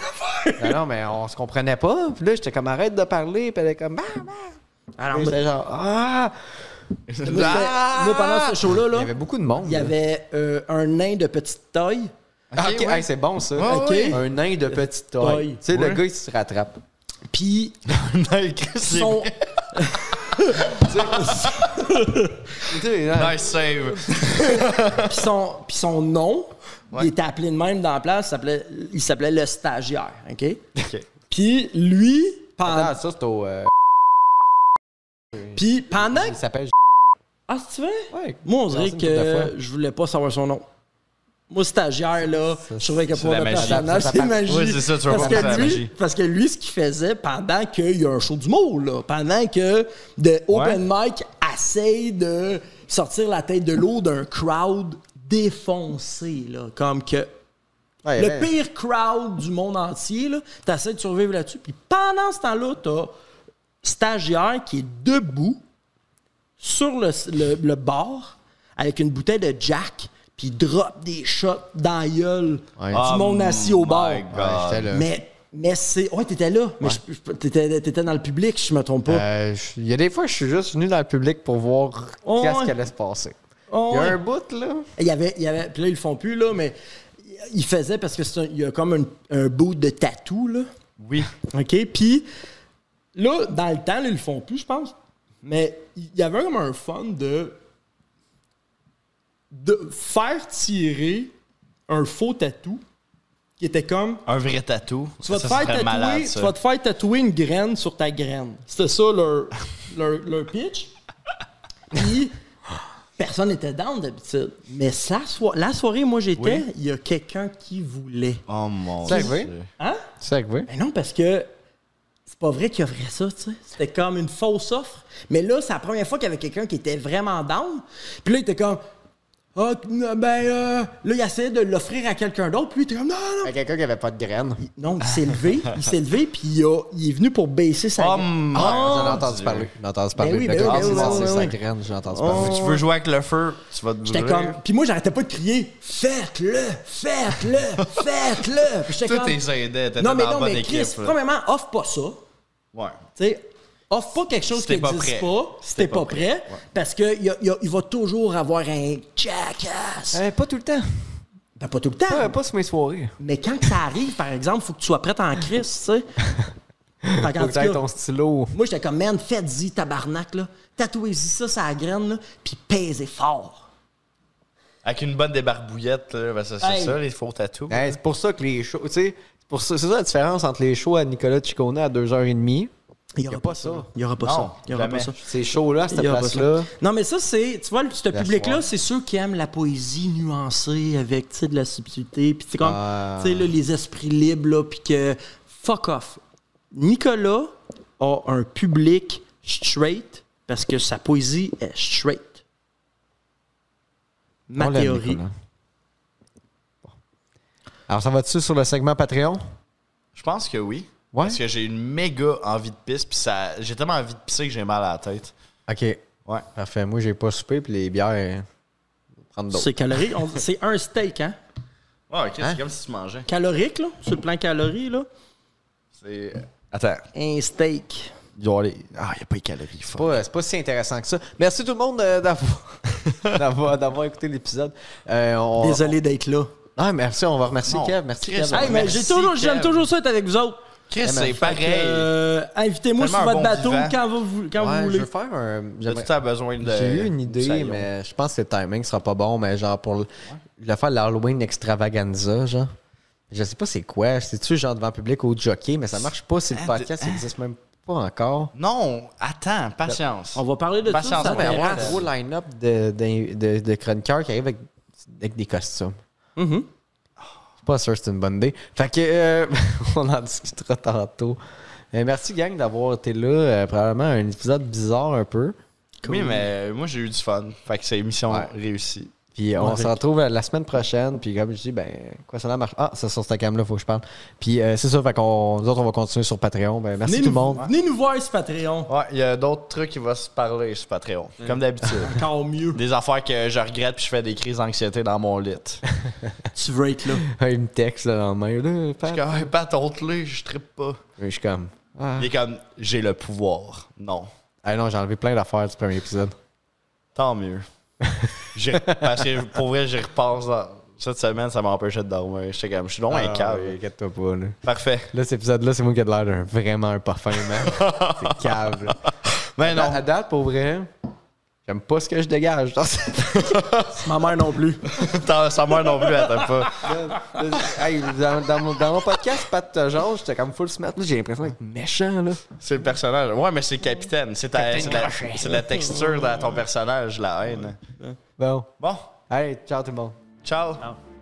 Speaker 2: Ben non, mais on se comprenait pas. Puis là, j'étais comme, arrête de parler. Puis elle est comme, bah,
Speaker 3: Alors, moi,
Speaker 2: J'étais genre, ah!
Speaker 3: j'étais- moi, pendant ce show-là,
Speaker 2: Il y
Speaker 3: là,
Speaker 2: avait beaucoup de monde.
Speaker 3: il y
Speaker 2: là.
Speaker 3: avait euh, un nain de petite taille.
Speaker 2: Ah,
Speaker 1: Ok,
Speaker 2: ok,
Speaker 1: ouais.
Speaker 2: hey, c'est bon ça.
Speaker 1: Ouais,
Speaker 2: Ok.
Speaker 1: ouais.
Speaker 2: Un nain de petite
Speaker 3: Taille.
Speaker 2: taille. Tu sais,
Speaker 1: Ouais.
Speaker 2: le gars, il se rattrape.
Speaker 3: Puis,
Speaker 1: Non, Chris, c'est
Speaker 3: son.
Speaker 2: Tu sais, là,
Speaker 3: hein.
Speaker 1: Nice save.
Speaker 3: Puis son, puis son nom, il était appelé de même dans la place, il s'appelait- il s'appelait le stagiaire, OK?
Speaker 1: OK.
Speaker 3: Puis lui, pendant,
Speaker 2: Attends, ça, c'est au. euh,
Speaker 3: puis pendant
Speaker 2: il
Speaker 3: que-
Speaker 2: s'appelle.
Speaker 3: Ah, si tu veux?
Speaker 2: Ouais.
Speaker 3: Moi, on dirait
Speaker 2: Dans une couple de
Speaker 3: que je voulais pas savoir son nom. Moi, stagiaire, là, je trouvais que
Speaker 1: c'est
Speaker 3: pour
Speaker 1: la
Speaker 3: le
Speaker 1: magie.
Speaker 3: personnage,
Speaker 2: Ça, ça
Speaker 3: c'est
Speaker 2: part-
Speaker 3: magie.
Speaker 1: Ouais, c'est ça, tu vas
Speaker 3: parce
Speaker 1: pas me
Speaker 3: que,
Speaker 1: faire la
Speaker 3: lui,
Speaker 1: magie.
Speaker 3: parce que lui, ce qu'il faisait pendant qu'il y a un show d'humour, là, pendant que de Open Mic essaye de sortir la tête de l'eau d'un crowd défoncé, là, comme que
Speaker 2: Ouais,
Speaker 3: le
Speaker 2: ouais.
Speaker 3: pire crowd du monde entier, là, t'essaies de survivre là-dessus. Puis pendant ce temps-là, t'as stagiaire qui est debout sur le, le, le bord avec une bouteille de Jack, puis il drop des shots dans la gueule
Speaker 2: Ouais.
Speaker 3: du
Speaker 1: Oh
Speaker 3: monde assis au
Speaker 1: my
Speaker 3: bord.
Speaker 1: God.
Speaker 2: Ouais, Ah, j'étais là.
Speaker 3: Mais, mais c'est... Ouais, t'étais là. Mais je- je- t'étais, t'étais dans le public, si je me trompe pas.
Speaker 2: Euh, je- Il y a des fois, je suis juste venu dans le public pour voir
Speaker 3: Oh,
Speaker 2: qu'est-ce
Speaker 3: ouais.
Speaker 2: qui allait se passer.
Speaker 3: Oh,
Speaker 2: il y a
Speaker 3: ouais.
Speaker 2: un bout, là.
Speaker 3: Il y avait, il y avait, puis là, ils le font plus, là, mais ils faisaient parce que c'est un- il y a comme un, un bout de tatou, là.
Speaker 1: Oui.
Speaker 3: OK? Puis là, dans le temps, là, ils le font plus, je pense. Mais il y avait comme un fun de, de faire tirer un faux tatou qui était comme
Speaker 1: Un vrai tatou.
Speaker 3: tu vas,
Speaker 1: Ça,
Speaker 3: te
Speaker 1: ça
Speaker 3: faire
Speaker 1: serait
Speaker 3: tatouer,
Speaker 1: malade,
Speaker 3: tu
Speaker 1: ça.
Speaker 3: vas te faire tatouer une graine sur ta graine. C'était ça leur, leur, leur pitch. Puis, personne n'était down d'habitude. Mais sa so- la soirée, moi j'étais,
Speaker 1: Oui.
Speaker 3: il y a quelqu'un qui voulait.
Speaker 1: Oh mon
Speaker 2: C'est
Speaker 1: dieu.
Speaker 2: arrivé?
Speaker 3: Hein?
Speaker 2: Tu sais que oui.
Speaker 3: Ben non, parce que c'est pas vrai qu'il offrait ça, tu sais. C'était comme une fausse offre. Mais là, c'est la première fois qu'il y avait quelqu'un qui était vraiment down. Puis là, il était comme. Ah, ben, euh, là, il essayait de l'offrir à quelqu'un d'autre. Puis lui, il était comme, non, non,
Speaker 2: Il y a quelqu'un qui avait pas de graines.
Speaker 3: non, il s'est levé, il s'est levé, puis il, a- il est venu pour baisser sa
Speaker 1: Oh
Speaker 3: graine.
Speaker 1: mon
Speaker 2: J'en ai entendu
Speaker 1: Dieu.
Speaker 2: parler. J'en ai entendu parler.
Speaker 3: oui,
Speaker 2: Le
Speaker 3: ben
Speaker 2: gars
Speaker 3: oui,
Speaker 2: qui
Speaker 3: ben
Speaker 2: s'est
Speaker 3: oui,
Speaker 2: lancé
Speaker 3: ben
Speaker 2: sa
Speaker 3: oui.
Speaker 2: graine, j'ai entendu
Speaker 3: Oh.
Speaker 2: parler.
Speaker 1: Si tu veux jouer avec le feu, tu vas te
Speaker 3: J'étais
Speaker 1: brûler.
Speaker 3: comme, puis moi, j'arrêtais pas de crier, faites-le, faites-le, faites-le. Puis j'étais
Speaker 1: Tout
Speaker 3: comme,
Speaker 1: tes aidé, t'étais
Speaker 3: non, mais
Speaker 1: dans la
Speaker 3: non,
Speaker 1: bonne
Speaker 3: mais Chris,
Speaker 1: équipe. là.
Speaker 3: premièrement, offre pas ça.
Speaker 1: Ouais.
Speaker 3: Tu sais, Offre pas quelque chose
Speaker 4: Si
Speaker 3: qui
Speaker 4: t'es pas
Speaker 3: n'existe
Speaker 4: prêt.
Speaker 3: pas, si t'es pas prêt, parce qu'il y a- y a- il va toujours avoir un jackass.
Speaker 2: Euh, pas tout le temps.
Speaker 3: Ben, pas tout le temps.
Speaker 2: Pas, pas sur mes soirées.
Speaker 3: Mais quand que ça arrive, par exemple, faut que tu sois prêt en crise, tu sais. Fait
Speaker 2: Faut
Speaker 3: qu'en tout
Speaker 2: que
Speaker 3: cas,
Speaker 2: t'aies ton stylo.
Speaker 3: moi, j'étais comme, man, faites-y, tabarnak, là. Tatouez-y ça, ça la graine, là, puis pèsez fort.
Speaker 1: Avec une bonne débarbouillette, là, ben ça, c'est
Speaker 3: Hey.
Speaker 1: ça, les faux tatous.
Speaker 2: Hey, c'est pour ça que les shows. Tu sais, c'est pour ça- c'est ça la différence entre les shows à Nicolas Ciccone à 2h30.
Speaker 3: Il y aura
Speaker 2: pas ça.
Speaker 3: Il y aura pas
Speaker 1: Non,
Speaker 3: ça. Il y aura
Speaker 1: jamais.
Speaker 3: pas ça.
Speaker 2: Ces shows-là, à cette
Speaker 3: Il y aura pas
Speaker 2: place-là.
Speaker 3: ça. Non, mais ça, c'est. Tu vois, le- ce public-là,
Speaker 2: soirée.
Speaker 3: c'est ceux qui aiment la poésie nuancée avec tu sais, de la subtilité. Puis, c'est comme.
Speaker 2: Ah.
Speaker 3: Tu sais, là, les esprits libres, là. Puis que. Fuck off. Nicolas a un public straight parce que sa poésie est straight. Ma
Speaker 2: On l'aime,
Speaker 3: théorie.
Speaker 2: Nicolas. Bon. Alors, ça va-tu sur le segment Patreon?
Speaker 1: Je pense que oui.
Speaker 2: Ouais.
Speaker 1: Parce que j'ai une méga envie de pisse, puis ça, j'ai tellement envie de pisser que j'ai mal à la tête.
Speaker 2: OK.
Speaker 1: Ouais.
Speaker 2: Parfait. Moi, j'ai pas soupé, puis les bières, euh, prendre d'autres.
Speaker 3: C'est calorique. On- C'est un steak, hein?
Speaker 1: Ouais, ok,
Speaker 2: Hein?
Speaker 1: c'est comme si tu mangeais.
Speaker 3: Calorique, là. Sur le plan calories, là.
Speaker 1: C'est. Attends,
Speaker 3: Un steak.
Speaker 1: il doit aller. Ah, il n'y a pas les calories,
Speaker 2: C'est
Speaker 1: fuck.
Speaker 2: pas, c'est pas si intéressant que ça. Merci tout le monde euh, d'avoir, d'avoir, d'avoir écouté l'épisode. Euh, on-
Speaker 3: Désolé d'être là.
Speaker 2: Non, merci. On va remercier
Speaker 1: Non.
Speaker 2: Kev. Merci,
Speaker 1: Chris,
Speaker 2: Kev.
Speaker 1: hey,
Speaker 3: Hey, mais
Speaker 1: Merci,
Speaker 3: j'ai toujours, j'aime
Speaker 1: Kev.
Speaker 3: toujours ça être avec vous autres.
Speaker 1: Chris,
Speaker 2: Eh, mais
Speaker 1: c'est
Speaker 2: fait
Speaker 1: pareil.
Speaker 3: Euh, Invitez-moi sur
Speaker 1: Tellement un
Speaker 3: votre
Speaker 1: bon
Speaker 3: bateau
Speaker 1: vivant.
Speaker 3: quand vous, quand
Speaker 2: Ouais,
Speaker 3: vous
Speaker 2: je
Speaker 3: voulez.
Speaker 2: veux faire un...
Speaker 1: J'ai
Speaker 2: j'aimerais-
Speaker 1: tout le temps besoin de.
Speaker 2: J'ai eu une
Speaker 1: du
Speaker 2: idée,
Speaker 1: saillon.
Speaker 2: mais je pense que le timing sera pas bon, mais genre pour le- le faire l'Halloween extravaganza, genre. Je sais pas c'est quoi, c'est-tu genre devant public au jockey, mais ça marche pas si le
Speaker 1: Ah,
Speaker 2: podcast
Speaker 1: de-
Speaker 2: existe même pas encore.
Speaker 1: Non, attends, patience.
Speaker 3: On va parler de
Speaker 1: Patience,
Speaker 3: tout ça.
Speaker 1: on va ben
Speaker 2: Mais avoir un
Speaker 1: ouais.
Speaker 2: gros line-up de, de- de- de chroniqueurs qui arrivent avec, avec des costumes.
Speaker 3: Mhm.
Speaker 2: Je suis pas sûr que c'est une bonne idée. Fait que euh, on en discutera tantôt. Euh, merci gang d'avoir été là. Euh, probablement un épisode bizarre un peu.
Speaker 1: Oui, mais euh, moi, j'ai eu du fun. Fait que c'est émission
Speaker 2: Ouais.
Speaker 1: réussie.
Speaker 2: Puis on
Speaker 3: Avec-
Speaker 2: se retrouve euh, la semaine prochaine. Puis comme je dis, ben, quoi ça marche? Ah, c'est sur cette cam-là, faut que je parle. Puis euh, c'est ça, fait qu'on, nous autres, on va continuer sur Patreon. Ben, merci
Speaker 3: Venez
Speaker 2: tout
Speaker 3: nous,
Speaker 2: le monde.
Speaker 3: venez nous voir sur Patreon.
Speaker 1: Ouais, il y a d'autres trucs qui vont se parler sur Patreon, comme d'habitude.
Speaker 3: Encore mieux.
Speaker 1: des affaires que je regrette puis je fais des crises d'anxiété dans mon lit.
Speaker 3: tu veux être là.
Speaker 2: Il me texte le lendemain. Là,
Speaker 1: Je
Speaker 2: Pat.
Speaker 1: suis comme, Hey, Pat, honte-le, je trippe pas.
Speaker 2: Je suis comme. Ah.
Speaker 1: Il est comme, j'ai le pouvoir. Non.
Speaker 2: Ah non, j'ai enlevé plein d'affaires du premier épisode.
Speaker 1: Tant mieux. J'y re- Parce que pour vrai, j'y repense. dans- Cette semaine, ça m'empêchait de dormir. J'étais comme, je suis donc un
Speaker 2: Ah,
Speaker 1: câble.
Speaker 2: oui, Inquiète-toi pas. Là.
Speaker 1: Parfait.
Speaker 2: là, cet épisode-là, c'est moi qui ai l'air d'un vraiment un parfum, man. c'est cave. là.
Speaker 1: Mais non.
Speaker 2: À date, pour vrai, j'aime pas ce que je dégage. dans ce-
Speaker 3: Ma mère non plus.
Speaker 1: T'as- Sa mère non plus, elle t'aime pas.
Speaker 2: Hey, dans, dans mon, dans mon podcast, Pat Georges, j'étais comme full smart. Là, j'ai l'impression d'être méchant. là.
Speaker 1: C'est le personnage. Ouais, mais c'est le capitaine. C'est ta- c'est la, c'est la texture de ton personnage, la haine.
Speaker 2: Bon.
Speaker 1: Bon,
Speaker 2: Hey, ciao tout le monde.
Speaker 1: ciao.
Speaker 3: Ciao.